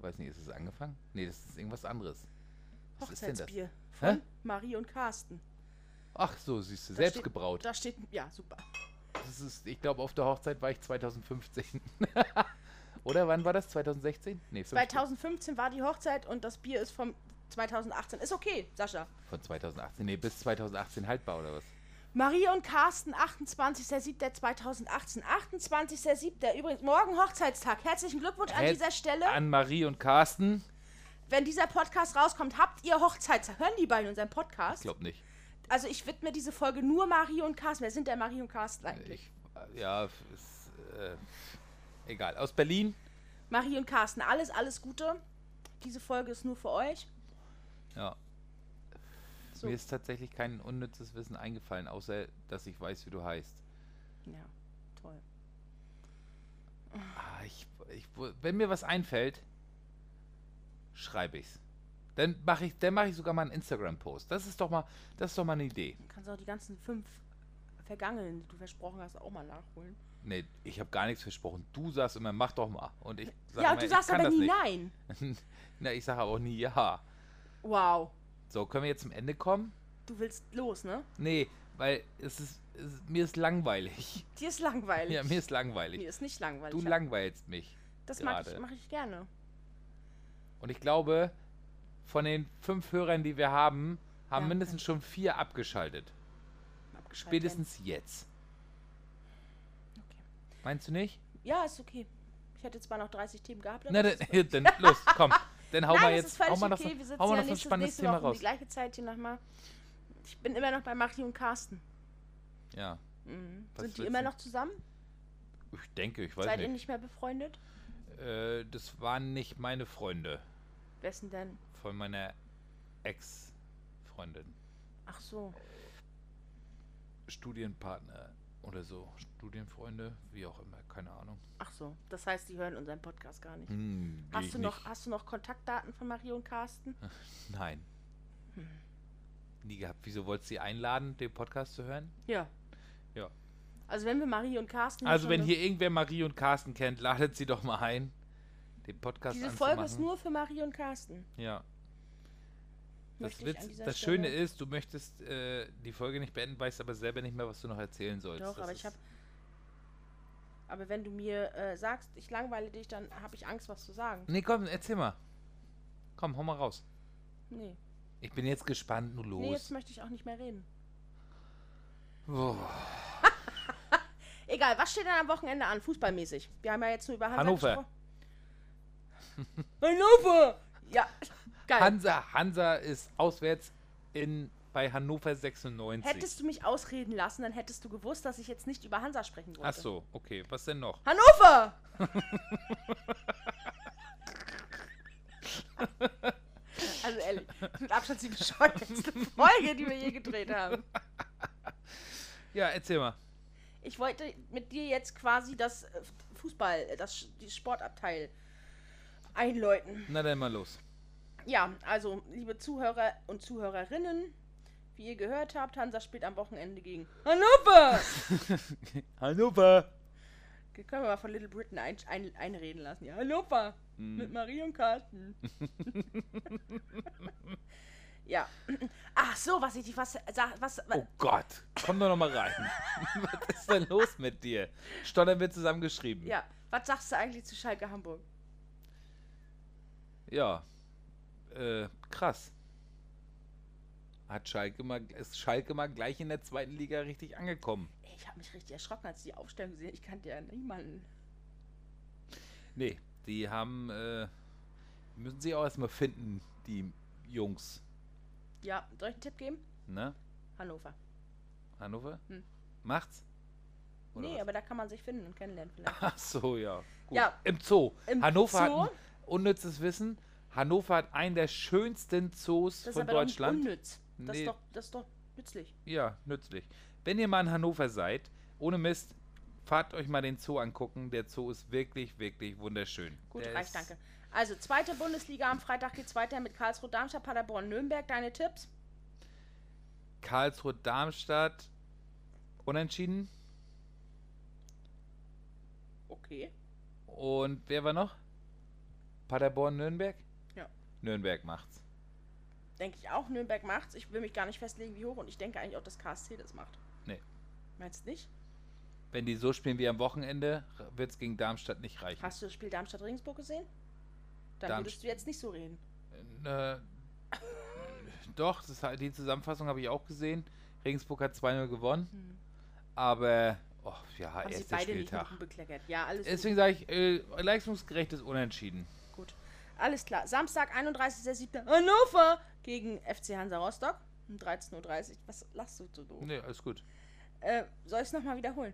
Speaker 1: Weiß nicht, ist es angefangen? Nee, das ist irgendwas anderes. Was ist denn das?
Speaker 2: Hochzeitsbier
Speaker 1: Hä?
Speaker 2: von Marie und Carsten.
Speaker 1: Ach so, siehst du,
Speaker 2: Da
Speaker 1: selbst
Speaker 2: steht-
Speaker 1: gebraut.
Speaker 2: Da steht, ja, super.
Speaker 1: Das ist, ich glaube, auf der Hochzeit war ich 2015. [LAUGHS] Oder wann war das? 2016? Nee, 15.
Speaker 2: 2015 war die Hochzeit und das Bier ist vom 2018. Ist okay, Sascha.
Speaker 1: Von 2018. Nee, bis 2018 haltbar, oder was?
Speaker 2: Marie und Carsten, 28.07.2018. 28.07. Übrigens, morgen Hochzeitstag. Herzlichen Glückwunsch an
Speaker 1: Hä?
Speaker 2: dieser Stelle.
Speaker 1: An Marie und Carsten?
Speaker 2: Wenn dieser Podcast rauskommt, habt ihr Hochzeitstag. Hören die beiden unseren
Speaker 1: Ich
Speaker 2: Podcast?
Speaker 1: glaube nicht.
Speaker 2: Also ich widme diese Folge nur Marie und Carsten. Wer sind denn Marie und Carsten eigentlich?
Speaker 1: Ich, ja, ist, äh, egal. Aus Berlin?
Speaker 2: Marie und Carsten, alles, alles Gute. Diese Folge ist nur für euch.
Speaker 1: Ja.
Speaker 2: So.
Speaker 1: Mir ist tatsächlich kein unnützes Wissen eingefallen, außer dass ich weiß, wie du heißt.
Speaker 2: Ja, toll.
Speaker 1: Ah, ich, ich, wenn mir was einfällt, schreibe ich's. Dann mache ich, dann mache ich sogar mal einen Instagram-Post. Das ist doch mal, das ist doch mal eine Idee.
Speaker 2: Du kannst auch die ganzen fünf vergangenen, die du versprochen hast, auch mal nachholen.
Speaker 1: Nee, ich habe gar nichts versprochen. Du sagst immer, mach doch mal. Und ich sag
Speaker 2: ja,
Speaker 1: immer,
Speaker 2: und du sagst
Speaker 1: ich kann
Speaker 2: aber
Speaker 1: das
Speaker 2: nie
Speaker 1: nicht.
Speaker 2: nein.
Speaker 1: [LAUGHS] Na, ich sage aber auch nie ja.
Speaker 2: Wow.
Speaker 1: So, können wir jetzt zum Ende kommen?
Speaker 2: Du willst los, ne?
Speaker 1: Nee, weil es ist, es, mir ist langweilig.
Speaker 2: Dir ist langweilig.
Speaker 1: Ja, mir ist langweilig.
Speaker 2: Mir ist nicht langweilig.
Speaker 1: du langweilst mich.
Speaker 2: das mag ich,
Speaker 1: gerade.
Speaker 2: mache ich gerne.
Speaker 1: Und ich glaube, von den fünf Hörern, die wir haben, haben
Speaker 2: Ja.
Speaker 1: mindestens schon vier abgeschaltet.
Speaker 2: Abgeschaltet
Speaker 1: Spätestens jetzt.
Speaker 2: werden. Okay.
Speaker 1: Meinst du nicht?
Speaker 2: Ja, ist okay. Ich hätte zwar noch 30 Themen gehabt, aber
Speaker 1: Na,
Speaker 2: das
Speaker 1: dann, [LAUGHS]
Speaker 2: ist
Speaker 1: dann los, komm. Dann hau
Speaker 2: Nein,
Speaker 1: mal
Speaker 2: das
Speaker 1: jetzt
Speaker 2: ist
Speaker 1: hau
Speaker 2: völlig
Speaker 1: mal noch, so-
Speaker 2: okay. Wir sitzen
Speaker 1: hau mal noch
Speaker 2: ja
Speaker 1: so ein
Speaker 2: nächstes,
Speaker 1: spannendes
Speaker 2: nächste
Speaker 1: Thema
Speaker 2: Woche um die
Speaker 1: raus.
Speaker 2: gleiche Zeit hier nochmal. Ich bin immer noch bei Machi und Carsten.
Speaker 1: Ja,
Speaker 2: Mhm.
Speaker 1: Was
Speaker 2: Sind
Speaker 1: willst
Speaker 2: die immer
Speaker 1: du?
Speaker 2: noch zusammen?
Speaker 1: ich denke, ich weiß
Speaker 2: Seid ihr
Speaker 1: nicht.
Speaker 2: nicht mehr befreundet?
Speaker 1: Äh, das waren nicht meine Freunde
Speaker 2: Wessen denn?
Speaker 1: von meiner Ex-Freundin.
Speaker 2: Ach so.
Speaker 1: Studienpartner oder so. Studienfreunde, wie auch immer, keine Ahnung.
Speaker 2: Ach so. Das heißt, die hören unseren Podcast gar nicht.
Speaker 1: Hm, geh ich
Speaker 2: Hast du, noch,
Speaker 1: nicht.
Speaker 2: hast du noch Kontaktdaten von Marie und Carsten?
Speaker 1: Nein.
Speaker 2: Hm.
Speaker 1: Nie gehabt. Wieso wolltest du sie einladen, den Podcast zu hören?
Speaker 2: Ja.
Speaker 1: Ja.
Speaker 2: Also wenn wir Marie und Carsten...
Speaker 1: Also,
Speaker 2: schon
Speaker 1: wenn
Speaker 2: eine-
Speaker 1: hier irgendwer Marie und Carsten kennt, ladet sie doch mal ein, den Podcast
Speaker 2: Diese
Speaker 1: anzumachen.
Speaker 2: Folge ist nur für Marie und Carsten.
Speaker 1: Ja. Das,
Speaker 2: Möchte ich an
Speaker 1: Witz,
Speaker 2: dieser
Speaker 1: das
Speaker 2: Stelle-
Speaker 1: Schöne ist, du möchtest äh, die Folge nicht beenden, weißt aber selber nicht mehr, was du noch erzählen sollst.
Speaker 2: Doch,
Speaker 1: das
Speaker 2: aber
Speaker 1: ist,
Speaker 2: ich habe... Aber wenn du mir äh, sagst, ich langweile dich, dann habe ich Angst, was zu sagen.
Speaker 1: Nee, komm, erzähl mal. Komm, hau mal raus.
Speaker 2: Nee.
Speaker 1: Ich bin jetzt gespannt, nur los.
Speaker 2: Nee, jetzt möchte ich auch nicht mehr reden.
Speaker 1: Boah.
Speaker 2: Egal, was steht denn am Wochenende an, fußballmäßig? Wir haben ja jetzt nur über Hansa
Speaker 1: Hannover.
Speaker 2: gesprochen. Hannover! Ja, geil.
Speaker 1: Hansa, Hansa ist auswärts in, bei Hannover 96.
Speaker 2: Hättest du mich ausreden lassen, dann hättest du gewusst, dass ich jetzt nicht über Hansa sprechen wollte.
Speaker 1: Ach so, okay. Was denn noch?
Speaker 2: Hannover! also ehrlich, mit Abstand die bescheuertste Folge, die wir je gedreht haben.
Speaker 1: Ja, erzähl mal.
Speaker 2: Ich wollte mit dir jetzt quasi das äh, Fußball, das Sch- die Sportabteil einläuten.
Speaker 1: Na dann mal los.
Speaker 2: Ja, also, liebe Zuhörer und Zuhörerinnen, wie ihr gehört habt, Hansa spielt am Wochenende gegen Hannover.
Speaker 1: Hannover!
Speaker 2: Die Können wir mal von Little Britain ein, ein, einreden lassen. Ja, Hannover
Speaker 1: Mhm.
Speaker 2: mit Marie
Speaker 1: [LAUGHS]
Speaker 2: und Carsten. ja. Ach so, was ich dich was sag, was
Speaker 1: Oh Gott, komm doch noch mal
Speaker 2: [LAUGHS]
Speaker 1: rein. [LAUGHS] was ist denn los mit dir? Stottern wir zusammengeschrieben.
Speaker 2: ja, was sagst du eigentlich zu Schalke Hamburg?
Speaker 1: Ja. Äh, krass. Hat Schalke mal, ist Schalke mal gleich in der zweiten Liga richtig angekommen.
Speaker 2: Ey, Ich habe mich richtig erschrocken, als ich die Aufstellung gesehen. habe. Ich kannte ja niemanden.
Speaker 1: Nee, die haben, äh, müssen sie auch erstmal finden, die Jungs,
Speaker 2: Ja, soll ich einen Tipp geben?
Speaker 1: ne?
Speaker 2: Hannover.
Speaker 1: Hannover?
Speaker 2: Hm.
Speaker 1: Macht's? Oder
Speaker 2: nee,
Speaker 1: was?
Speaker 2: aber da kann man sich finden und kennenlernen
Speaker 1: [LAUGHS]
Speaker 2: vielleicht.
Speaker 1: Ach so, ja. Gut.
Speaker 2: Ja.
Speaker 1: Im Zoo.
Speaker 2: Im
Speaker 1: Hannover hat
Speaker 2: Zoo?
Speaker 1: ein unnützes Wissen. Hannover hat einen der schönsten Zoos
Speaker 2: Das ist
Speaker 1: von
Speaker 2: aber doch nicht
Speaker 1: Deutschland.
Speaker 2: unnütz. Das,
Speaker 1: Nee.
Speaker 2: ist doch, das ist doch nützlich.
Speaker 1: ja, nützlich. Wenn ihr mal in Hannover seid, ohne Mist, fahrt euch mal den Zoo angucken. Der Zoo ist wirklich, wirklich wunderschön.
Speaker 2: Gut,
Speaker 1: der ist-
Speaker 2: reicht, danke. Also, zweite Bundesliga am Freitag geht's weiter mit Karlsruhe, Darmstadt, Paderborn, Nürnberg. Deine Tipps?
Speaker 1: Karlsruhe, Darmstadt. Unentschieden.
Speaker 2: Okay.
Speaker 1: Und wer war noch? Paderborn, Nürnberg?
Speaker 2: Ja.
Speaker 1: Nürnberg macht's.
Speaker 2: Denke ich auch, Nürnberg macht's. Ich will mich gar nicht festlegen, wie hoch. Und ich denke eigentlich auch, dass KSC das macht.
Speaker 1: Nee.
Speaker 2: Meinst du nicht?
Speaker 1: Wenn die so spielen wie am Wochenende, wird's gegen Darmstadt nicht reichen.
Speaker 2: Hast du das Spiel Darmstadt-Regensburg gesehen? Dann
Speaker 1: Darmst-
Speaker 2: würdest du jetzt nicht so reden.
Speaker 1: Äh, doch, das ist halt, die Zusammenfassung habe ich auch gesehen. Regensburg hat 2-0 gewonnen. Aber, oh, ja,
Speaker 2: Hm. Haben sie
Speaker 1: erster
Speaker 2: beide nicht
Speaker 1: Spieltag.
Speaker 2: mit bekleckert. Ja, alles gut.
Speaker 1: Deswegen sage ich, äh, leistungsgerechtes Unentschieden.
Speaker 2: Gut. Alles klar. Samstag, 31.07. Hannover gegen FC Hansa Rostock. Um 13.30 Uhr. Was lachst du so doof?
Speaker 1: Nee, alles gut. [LAUGHS]
Speaker 2: Äh, soll ich es nochmal wiederholen?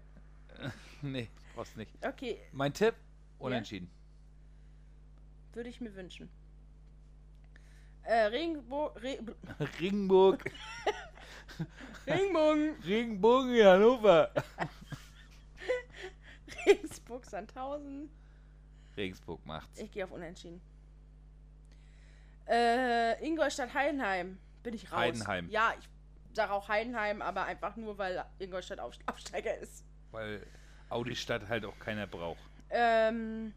Speaker 1: Nee, brauchst nicht.
Speaker 2: Okay,
Speaker 1: Mein Tipp, Unentschieden. [LAUGHS]
Speaker 2: würde ich mir wünschen. Äh, Regenbogen. Re
Speaker 1: [LAUGHS]
Speaker 2: [LAUGHS]
Speaker 1: Regenburg,
Speaker 2: Regenbogen.
Speaker 1: Regenburg in
Speaker 2: [LAUGHS]
Speaker 1: Hannover.
Speaker 2: Regensburg Sandhausen.
Speaker 1: Regensburg macht's.
Speaker 2: Ich gehe auf Unentschieden. Äh, Ingolstadt Heidenheim. Bin ich raus.
Speaker 1: Heidenheim.
Speaker 2: Ja, ich sage auch Heidenheim, aber einfach nur, weil Ingolstadt Auf- Absteiger ist.
Speaker 1: Weil Audi Stadt halt auch keiner braucht.
Speaker 2: Ähm,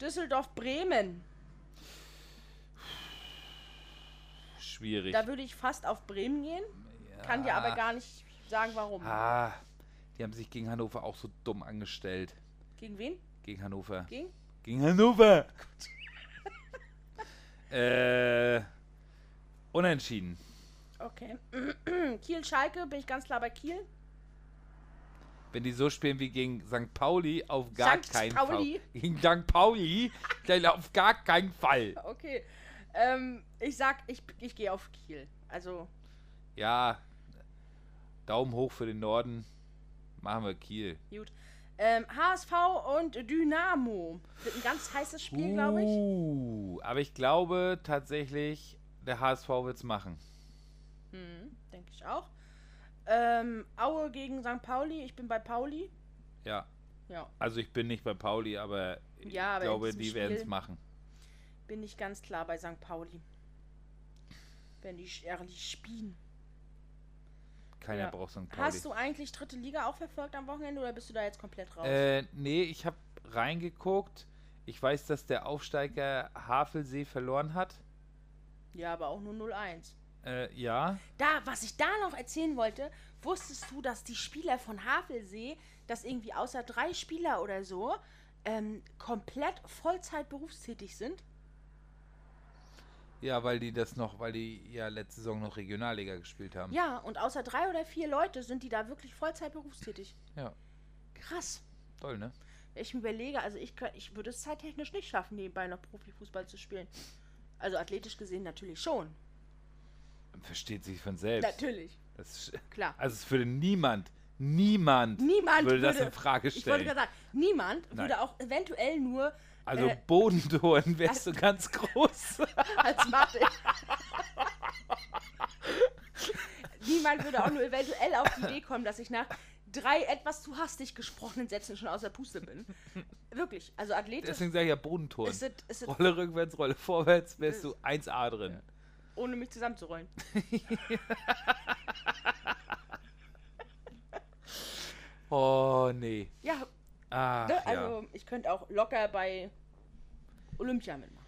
Speaker 2: Düsseldorf Bremen.
Speaker 1: Schwierig.
Speaker 2: Da würde ich fast auf Bremen gehen. Kann dir aber gar nicht sagen, warum.
Speaker 1: Ah, die haben sich gegen Hannover auch so dumm angestellt.
Speaker 2: Gegen wen?
Speaker 1: Gegen Hannover.
Speaker 2: Gegen?
Speaker 1: Gegen Hannover. [LAUGHS] äh, unentschieden.
Speaker 2: Okay. [CLEARS THROAT] Kiel Schalke, bin ich ganz klar bei Kiel.
Speaker 1: Wenn die so spielen wie gegen St. Pauli, auf gar
Speaker 2: St.
Speaker 1: keinen
Speaker 2: Pauli.
Speaker 1: Fall. Gegen St. Pauli, dann auf gar keinen Fall.
Speaker 2: Okay. Ähm, ich sag, ich, ich gehe auf Kiel. Also,
Speaker 1: Ja, Daumen hoch für den Norden. Machen wir Kiel.
Speaker 2: gut. Ähm, HSV und Dynamo. Wird ein ganz heißes Spiel, glaube ich.
Speaker 1: Uh, aber ich glaube tatsächlich, der HSV wird's machen.
Speaker 2: Hm, denke ich auch. Ähm, Aue gegen St. Pauli. Ich bin bei Pauli.
Speaker 1: Ja,
Speaker 2: Ja,
Speaker 1: also ich bin nicht bei Pauli, aber ich
Speaker 2: Ja, aber in
Speaker 1: glaube,
Speaker 2: diesem
Speaker 1: die werden's
Speaker 2: Spiel-
Speaker 1: machen.
Speaker 2: bin ich ganz klar bei St. Pauli. Wenn die ehrlich spielen.
Speaker 1: Keiner
Speaker 2: Ja.
Speaker 1: braucht St. Pauli.
Speaker 2: Hast du eigentlich dritte Liga auch verfolgt am Wochenende oder bist du da jetzt komplett raus?
Speaker 1: Äh, nee, ich habe reingeguckt. Ich weiß, dass der Aufsteiger Havelsee verloren hat.
Speaker 2: ja, aber auch nur 0-1.
Speaker 1: Äh, ja.
Speaker 2: Da, was ich da noch erzählen wollte, wusstest du, dass die Spieler von Havelsee, dass irgendwie außer drei Spieler oder so, ähm, komplett Vollzeit berufstätig sind?
Speaker 1: Hm. Ja, weil die das noch, weil die ja letzte Saison noch Regionalliga gespielt haben.
Speaker 2: Ja, und außer drei oder vier Leute sind die da wirklich Vollzeit berufstätig.
Speaker 1: Ja,
Speaker 2: Krass.
Speaker 1: toll, ne?
Speaker 2: Wenn ich mir überlege, also ich, könnt, ich würde es zeittechnisch nicht schaffen, nebenbei noch Profifußball zu spielen. Also athletisch gesehen natürlich schon.
Speaker 1: Versteht sich von selbst.
Speaker 2: Natürlich,
Speaker 1: Das ist,
Speaker 2: klar.
Speaker 1: also es würde niemand, niemand,
Speaker 2: Niemand
Speaker 1: würde das
Speaker 2: würde-
Speaker 1: in Frage
Speaker 2: Ich
Speaker 1: stellen.
Speaker 2: wollte gerade sagen, niemand
Speaker 1: Nein.
Speaker 2: würde auch eventuell nur
Speaker 1: also
Speaker 2: äh, also
Speaker 1: Bodentoren wärst du ganz
Speaker 2: [LAUGHS]
Speaker 1: groß.
Speaker 2: als Mathe. niemand würde auch nur eventuell auf die Idee kommen, dass ich nach drei etwas zu hastig gesprochenen Sätzen schon außer Puste bin. Wirklich, also athletisch
Speaker 1: Deswegen sage ich ja Bodentoren.
Speaker 2: ist es, ist es
Speaker 1: Rolle rückwärts, Rolle vorwärts, wärst
Speaker 2: Äh.
Speaker 1: du 1A drin.
Speaker 2: ohne mich zusammenzurollen.
Speaker 1: Oh, nee.
Speaker 2: Ja,
Speaker 1: Ach,
Speaker 2: ne?
Speaker 1: ja.
Speaker 2: also ich könnte auch locker bei Olympia mitmachen.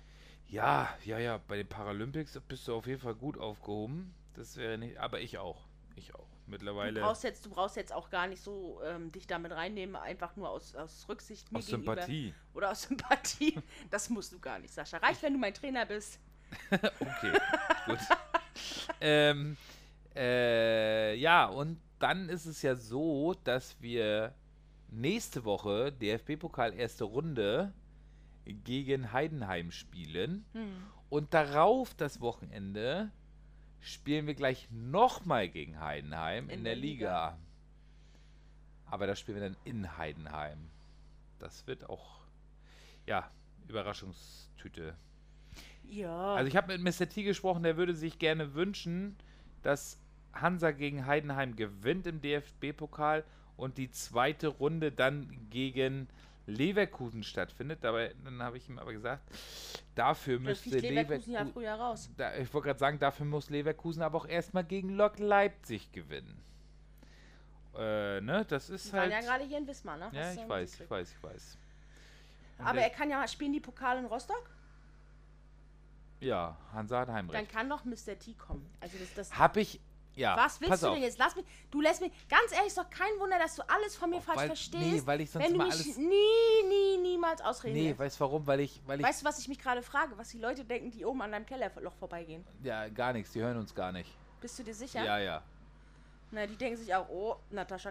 Speaker 1: Ja, ja, ja, bei den Paralympics bist du auf jeden Fall gut aufgehoben. Das wäre nicht, aber ich auch. Ich auch.
Speaker 2: Du
Speaker 1: Mittlerweile
Speaker 2: brauchst, jetzt, du brauchst jetzt auch gar nicht so ähm, dich damit reinnehmen, einfach nur aus, aus Rücksicht mir
Speaker 1: aus
Speaker 2: gegenüber.
Speaker 1: Sympathie.
Speaker 2: Oder aus Sympathie. Das musst du gar nicht, Sascha. Reicht, wenn du mein Trainer bist.
Speaker 1: Okay, gut. Ähm, äh, ja, und dann ist es ja so, dass wir nächste Woche DFB-Pokal erste Runde gegen Heidenheim spielen.
Speaker 2: Hm.
Speaker 1: Und darauf das Wochenende spielen wir gleich nochmal gegen Heidenheim in, der Liga. Aber da spielen wir dann in Heidenheim. Das wird auch, ja, Überraschungstüte.
Speaker 2: Ja.
Speaker 1: Also ich habe mit Mr. T gesprochen, der würde sich gerne wünschen, dass Hansa gegen Heidenheim gewinnt im DFB-Pokal und die zweite Runde dann gegen Leverkusen stattfindet. Dabei, dann habe ich ihm aber gesagt, dafür
Speaker 2: Da
Speaker 1: müsste
Speaker 2: fliegt Leverkusen ja
Speaker 1: Leverkusen.
Speaker 2: früher raus.
Speaker 1: Da, ich wollte gerade sagen, dafür muss Leverkusen aber auch erstmal gegen Lok Leipzig gewinnen. Äh, ne, das ist
Speaker 2: Die waren
Speaker 1: halt.
Speaker 2: ja gerade hier in Wismar, ne?
Speaker 1: ja,
Speaker 2: Hast du
Speaker 1: ich weiß, ich
Speaker 2: mitgekriegt.
Speaker 1: weiß, ich weiß. Und
Speaker 2: Aber
Speaker 1: der-
Speaker 2: er kann ja spielen die Pokal in Rostock.
Speaker 1: ja, Hansa hat Heimrecht.
Speaker 2: Dann kann doch Mr. T kommen. Also das, das
Speaker 1: Hab ich. Ja,
Speaker 2: Was
Speaker 1: pass
Speaker 2: willst du
Speaker 1: auf.
Speaker 2: denn jetzt? Lass mich. Du lässt mich. Ganz ehrlich, ist doch kein Wunder, dass du alles von mir
Speaker 1: Oh,
Speaker 2: falsch
Speaker 1: weil-
Speaker 2: verstehst.
Speaker 1: nee, weil ich sonst
Speaker 2: wenn du
Speaker 1: immer
Speaker 2: mich
Speaker 1: alles-
Speaker 2: nie, nie, niemals ausreden
Speaker 1: Nee,
Speaker 2: lässt.
Speaker 1: weißt warum? Weil ich, weil ich,
Speaker 2: Weißt du, was ich mich gerade frage? Was die Leute denken, die oben an deinem Kellerloch vorbeigehen?
Speaker 1: ja, gar nichts, die hören uns gar nicht.
Speaker 2: Bist du dir sicher?
Speaker 1: Ja, ja.
Speaker 2: Na, die denken sich auch, oh, Natascha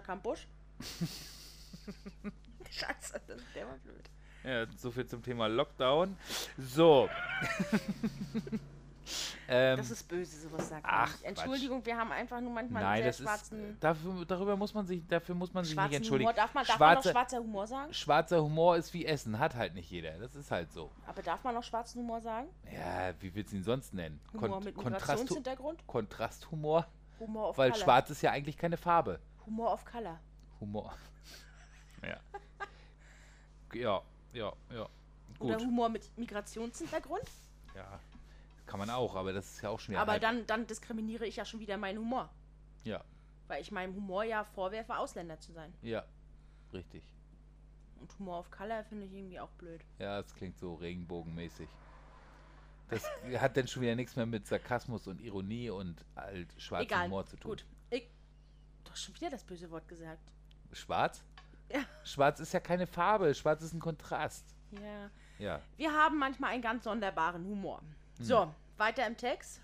Speaker 1: [LAUGHS]
Speaker 2: Kampusch. Scheiße, das, der war blöd.
Speaker 1: Ja, so viel zum Thema Lockdown.
Speaker 2: [LAUGHS]
Speaker 1: So. ähm,
Speaker 2: Das ist böse, sowas sagt
Speaker 1: Ach,
Speaker 2: man nicht.
Speaker 1: Quatsch.
Speaker 2: Entschuldigung, wir haben einfach nur manchmal
Speaker 1: nein,
Speaker 2: einen
Speaker 1: das
Speaker 2: sehr schwarzen,
Speaker 1: ist dafür, darüber muss man sich dafür muss man sich nicht
Speaker 2: schwarzen
Speaker 1: entschuldigen.
Speaker 2: Humor. Darf man, darf man noch
Speaker 1: Schwarze-
Speaker 2: schwarzer Humor sagen?
Speaker 1: schwarzer Humor ist wie Essen, hat halt nicht jeder. Das ist halt so.
Speaker 2: Aber darf man noch schwarzen Humor sagen?
Speaker 1: Ja, wie willst du ihn sonst nennen?
Speaker 2: Humor
Speaker 1: Kon
Speaker 2: mit
Speaker 1: Kontrast
Speaker 2: Migrationshintergrund?
Speaker 1: Kontrasthumor,
Speaker 2: Humor auf
Speaker 1: weil
Speaker 2: Color.
Speaker 1: schwarz ist ja eigentlich keine Farbe.
Speaker 2: Humor auf Color. [LAUGHS]
Speaker 1: Humor. ja. Ja, ja, ja. Gut.
Speaker 2: Oder Humor mit Migrationshintergrund.
Speaker 1: Ja. Kann man auch, aber das ist ja halt. auch schon wieder
Speaker 2: Aber
Speaker 1: halb-
Speaker 2: dann, dann diskriminiere ich ja schon wieder meinen Humor.
Speaker 1: Ja,
Speaker 2: Weil ich meinem Humor ja vorwerfe, Ausländer zu sein.
Speaker 1: ja. Richtig.
Speaker 2: Und Humor auf Color finde ich irgendwie auch blöd.
Speaker 1: Ja, das klingt so regenbogenmäßig. Das hat dann schon wieder nichts mehr mit Sarkasmus und Ironie und alt schwarzem
Speaker 2: Egal.
Speaker 1: Humor zu tun.
Speaker 2: Gut. Ich. Doch schon wieder das böse Wort gesagt.
Speaker 1: Schwarz?
Speaker 2: Ja.
Speaker 1: Schwarz ist ja keine Farbe, schwarz ist ein Kontrast.
Speaker 2: Ja.
Speaker 1: Ja.
Speaker 2: Wir haben manchmal einen ganz sonderbaren Humor. So, weiter im Text.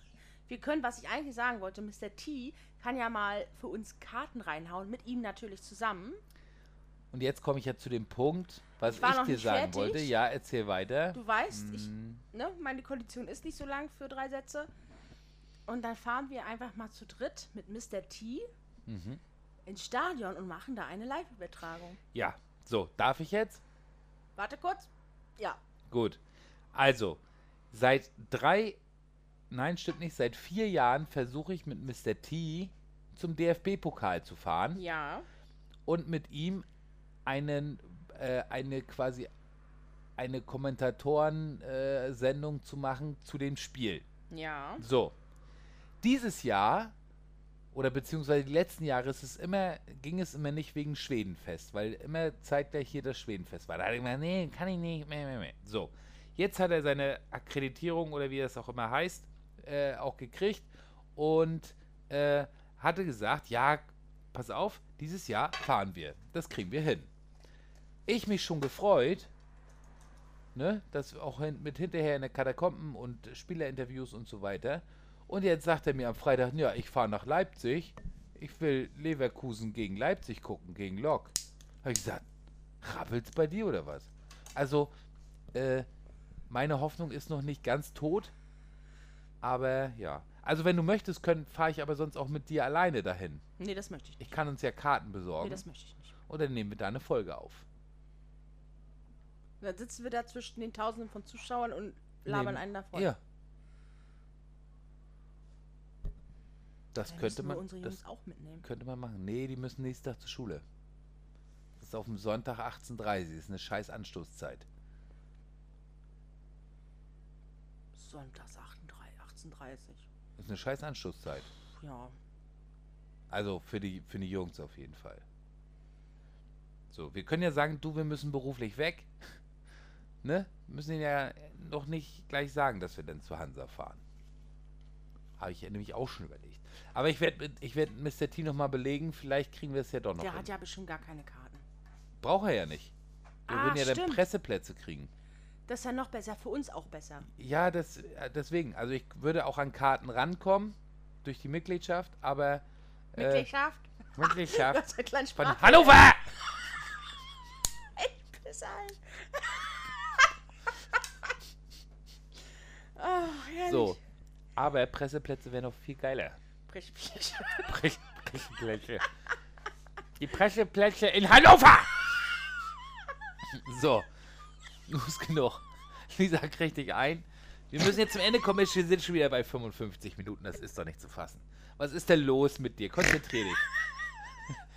Speaker 2: Wir können, was ich eigentlich sagen wollte, Mr. T kann ja mal für uns Karten reinhauen, mit ihm natürlich zusammen.
Speaker 1: Und jetzt komme ich ja zu dem Punkt, was
Speaker 2: Ich
Speaker 1: ich,
Speaker 2: war noch
Speaker 1: dir
Speaker 2: nicht
Speaker 1: sagen
Speaker 2: fertig.
Speaker 1: wollte. Ja, erzähl weiter.
Speaker 2: Du weißt, ich,
Speaker 1: Hm,
Speaker 2: ne, meine Kondition ist nicht so lang für drei Sätze. Und dann fahren wir einfach mal zu dritt mit Mr. T
Speaker 1: Mhm.
Speaker 2: ins Stadion und machen da eine Live-Übertragung.
Speaker 1: Ja, so, darf ich jetzt?
Speaker 2: Warte kurz. Ja.
Speaker 1: Gut. Also, seit drei, nein, stimmt nicht, seit vier Jahren versuche ich mit Mr. T zum DFB-Pokal zu fahren
Speaker 2: Ja.
Speaker 1: und mit ihm einen, äh, eine quasi eine Kommentatoren-Sendung zu machen zu dem Spiel.
Speaker 2: Ja.
Speaker 1: So. Dieses Jahr oder beziehungsweise die letzten Jahre ist es immer, ging es immer nicht wegen Schwedenfest, weil immer zeitgleich hier das Schwedenfest war. Da hat er gesagt, nee, kann ich nicht. Meh, meh, meh. So. Jetzt hat er seine Akkreditierung oder wie das auch immer heißt, äh, auch gekriegt und äh, hatte gesagt, ja, pass auf, dieses Jahr fahren wir. Das kriegen wir hin. Ich mich schon gefreut, ne, das auch hin, mit hinterher in der Katakomben und Spielerinterviews und so weiter. Und jetzt sagt er mir am Freitag, ja, ich fahre nach Leipzig. Ich will Leverkusen gegen Leipzig gucken, gegen Lok. Habe ich gesagt, rappelt's bei dir oder was? Also, äh, meine Hoffnung ist noch nicht ganz tot, aber ja. Also, wenn du möchtest, fahre ich aber sonst auch mit dir alleine dahin.
Speaker 2: Nee, das möchte ich nicht.
Speaker 1: Ich kann uns ja Karten
Speaker 2: Nee,
Speaker 1: besorgen
Speaker 2: das möchte ich nicht.
Speaker 1: und dann nehmen wir da eine Folge auf.
Speaker 2: Dann sitzen wir da zwischen den Tausenden von Zuschauern und labern
Speaker 1: Nehmen-
Speaker 2: einen davon.
Speaker 1: Ja. Das
Speaker 2: Dann
Speaker 1: könnte
Speaker 2: müssen wir
Speaker 1: man,
Speaker 2: unsere
Speaker 1: das
Speaker 2: Jungs auch mitnehmen.
Speaker 1: könnte man machen. Nee, die müssen nächsten Tag zur Schule. Das ist auf dem Sonntag 18.30 Uhr. Ist eine scheiß Anstoßzeit.
Speaker 2: Sonntags 38, 18.30.
Speaker 1: Ist eine scheiß Anstoßzeit.
Speaker 2: Ja.
Speaker 1: Also für die, für die Jungs auf jeden Fall. So, wir können ja sagen, du, wir müssen beruflich weg. [LAUGHS] Ne? Müssen ihnen ja noch nicht gleich sagen, dass wir dann zu Hansa fahren. Habe ich ja nämlich auch schon überlegt. Aber ich werde ich werd Mr. T nochmal belegen, vielleicht kriegen wir es ja doch noch.
Speaker 2: Der
Speaker 1: hin.
Speaker 2: hat ja bestimmt gar keine Karten.
Speaker 1: Braucht er ja nicht. Wir
Speaker 2: Ah,
Speaker 1: würden ja dann
Speaker 2: stimmt.
Speaker 1: Presseplätze kriegen.
Speaker 2: Das ist ja noch besser, für uns auch besser.
Speaker 1: Ja, das, äh, deswegen. Also ich würde auch an Karten rankommen durch die Mitgliedschaft, aber äh,
Speaker 2: Mitgliedschaft?
Speaker 1: Mitgliedschaft
Speaker 2: [LAUGHS] Das ist ein kleiner
Speaker 1: von
Speaker 2: Sprach.
Speaker 1: Hannover!
Speaker 2: [LAUGHS] Pisser. Oh,
Speaker 1: So. Aber Presseplätze wären noch viel geiler.
Speaker 2: Brich-
Speaker 1: Press- Presseplätze. Die Presseplätze in Hannover! So. Nun ist genug. Lisa kriegt richtig ein. Wir müssen jetzt zum Ende kommen. Wir sind schon wieder bei 55 Minuten. Das ist doch nicht zu fassen. Was ist denn los mit dir? Konzentrier dich.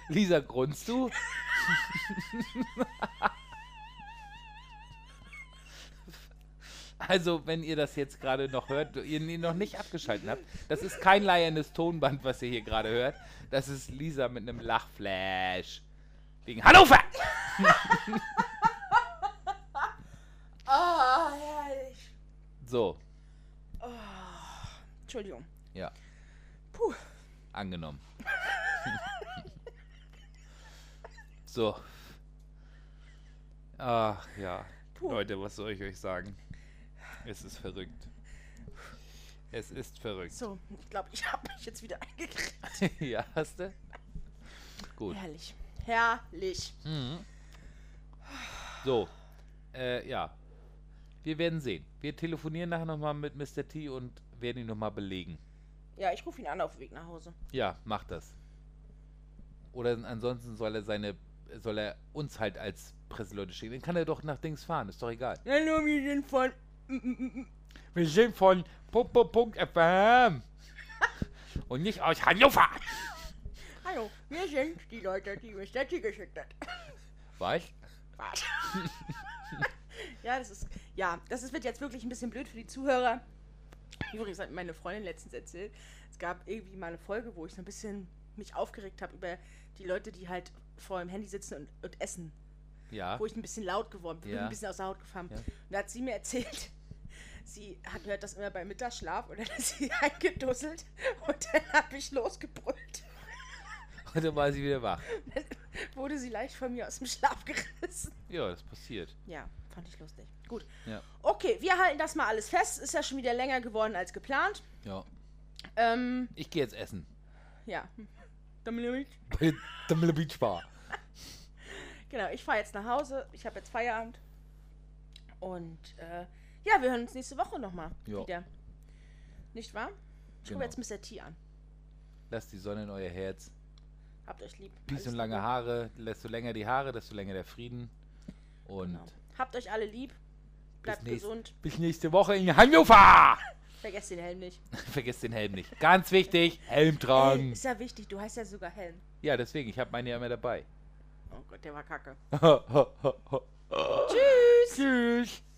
Speaker 1: Lisa, grunzt du? Also, wenn ihr das jetzt gerade noch hört, ihr ihn noch nicht abgeschaltet habt, das ist kein leihendes Tonband, was ihr hier gerade hört. Das ist Lisa mit einem Lachflash. Wegen Hannover!
Speaker 2: Oh, herrlich. Oh.
Speaker 1: So,
Speaker 2: Entschuldigung.
Speaker 1: ja,
Speaker 2: Puh.
Speaker 1: angenommen. [LAUGHS] so. Ach ja.
Speaker 2: Puh.
Speaker 1: Leute, was soll ich euch sagen? Es ist verrückt. Es ist verrückt.
Speaker 2: So, ich glaube, ich habe mich jetzt wieder
Speaker 1: [LAUGHS]
Speaker 2: eingekriegt.
Speaker 1: ja, hast du? Gut. Hm.
Speaker 2: Herrlich. Herrlich.
Speaker 1: So, äh, ja. Wir werden sehen. Wir telefonieren nachher nochmal mit Mr. T und werden ihn nochmal belegen.
Speaker 2: Ja, ich rufe ihn an auf dem Weg nach Hause.
Speaker 1: Ja, mach das. Oder ansonsten soll er seine, soll er uns halt als Presseleute schicken. Dann kann er doch nach Dings fahren, ist doch egal.
Speaker 2: Hallo, wir sind von.
Speaker 1: Wir sind von popo.fm [LAUGHS] und nicht aus Hannover.
Speaker 2: Hallo, wir sind die Leute, die mir Stati geschickt hat.
Speaker 1: Was?
Speaker 2: Quatsch. ja, das ist. Ja, das ist, wird jetzt wirklich ein bisschen blöd für die Zuhörer. Übrigens hat mir meine Freundin letztens erzählt, es gab irgendwie mal eine Folge, wo ich so ein bisschen mich aufgeregt habe über die Leute, die halt vor dem Handy sitzen und, und essen.
Speaker 1: Ja. [LAUGHS]
Speaker 2: Wo ich ein bisschen laut geworden bin,
Speaker 1: Ja.
Speaker 2: ein bisschen aus der Haut gefahren.
Speaker 1: Ja.
Speaker 2: Und da hat sie mir erzählt, [LAUGHS] sie hat hört das immer beim Mittagsschlaf und dann ist sie [LAUGHS] eingedusselt und dann habe ich losgebrüllt.
Speaker 1: Und dann war sie wieder wach.
Speaker 2: Wurde sie leicht von mir aus dem Schlaf gerissen.
Speaker 1: Ja, das passiert.
Speaker 2: Ja, fand ich lustig. Gut.
Speaker 1: Ja.
Speaker 2: Okay, wir halten das mal alles fest. Ist ja schon wieder länger geworden als geplant.
Speaker 1: Ja.
Speaker 2: Ähm,
Speaker 1: Ich gehe jetzt essen.
Speaker 2: ja. Genau,
Speaker 1: Bei der Miller Beach Bar.
Speaker 2: ich fahre jetzt nach Hause. Ich habe jetzt Feierabend. Und äh, ja, wir hören uns nächste Woche nochmal
Speaker 1: Ja.
Speaker 2: wieder. Nicht wahr? Ich rufe
Speaker 1: Genau.
Speaker 2: jetzt Mr. T an.
Speaker 1: Lasst die Sonne in euer Herz.
Speaker 2: Habt euch lieb.
Speaker 1: Peace
Speaker 2: Alles
Speaker 1: und lange
Speaker 2: Liebe.
Speaker 1: Haare. Desto länger die Haare, desto länger der Frieden. Und
Speaker 2: Genau. Habt euch alle lieb. Bleibt
Speaker 1: nächst-
Speaker 2: gesund.
Speaker 1: bis nächste Woche in Hannover. [LAUGHS]
Speaker 2: Vergesst den Helm nicht.
Speaker 1: Vergesst den Helm nicht. Ganz wichtig, Helm
Speaker 2: Ey,
Speaker 1: tragen.
Speaker 2: ist ja wichtig. Du heißt ja sogar Helm.
Speaker 1: Ja, deswegen, ich habe meine ja immer
Speaker 2: [LAUGHS]
Speaker 1: dabei. [LAUGHS]
Speaker 2: Oh Gott, der war kacke.
Speaker 1: Tschüss. Tschüss.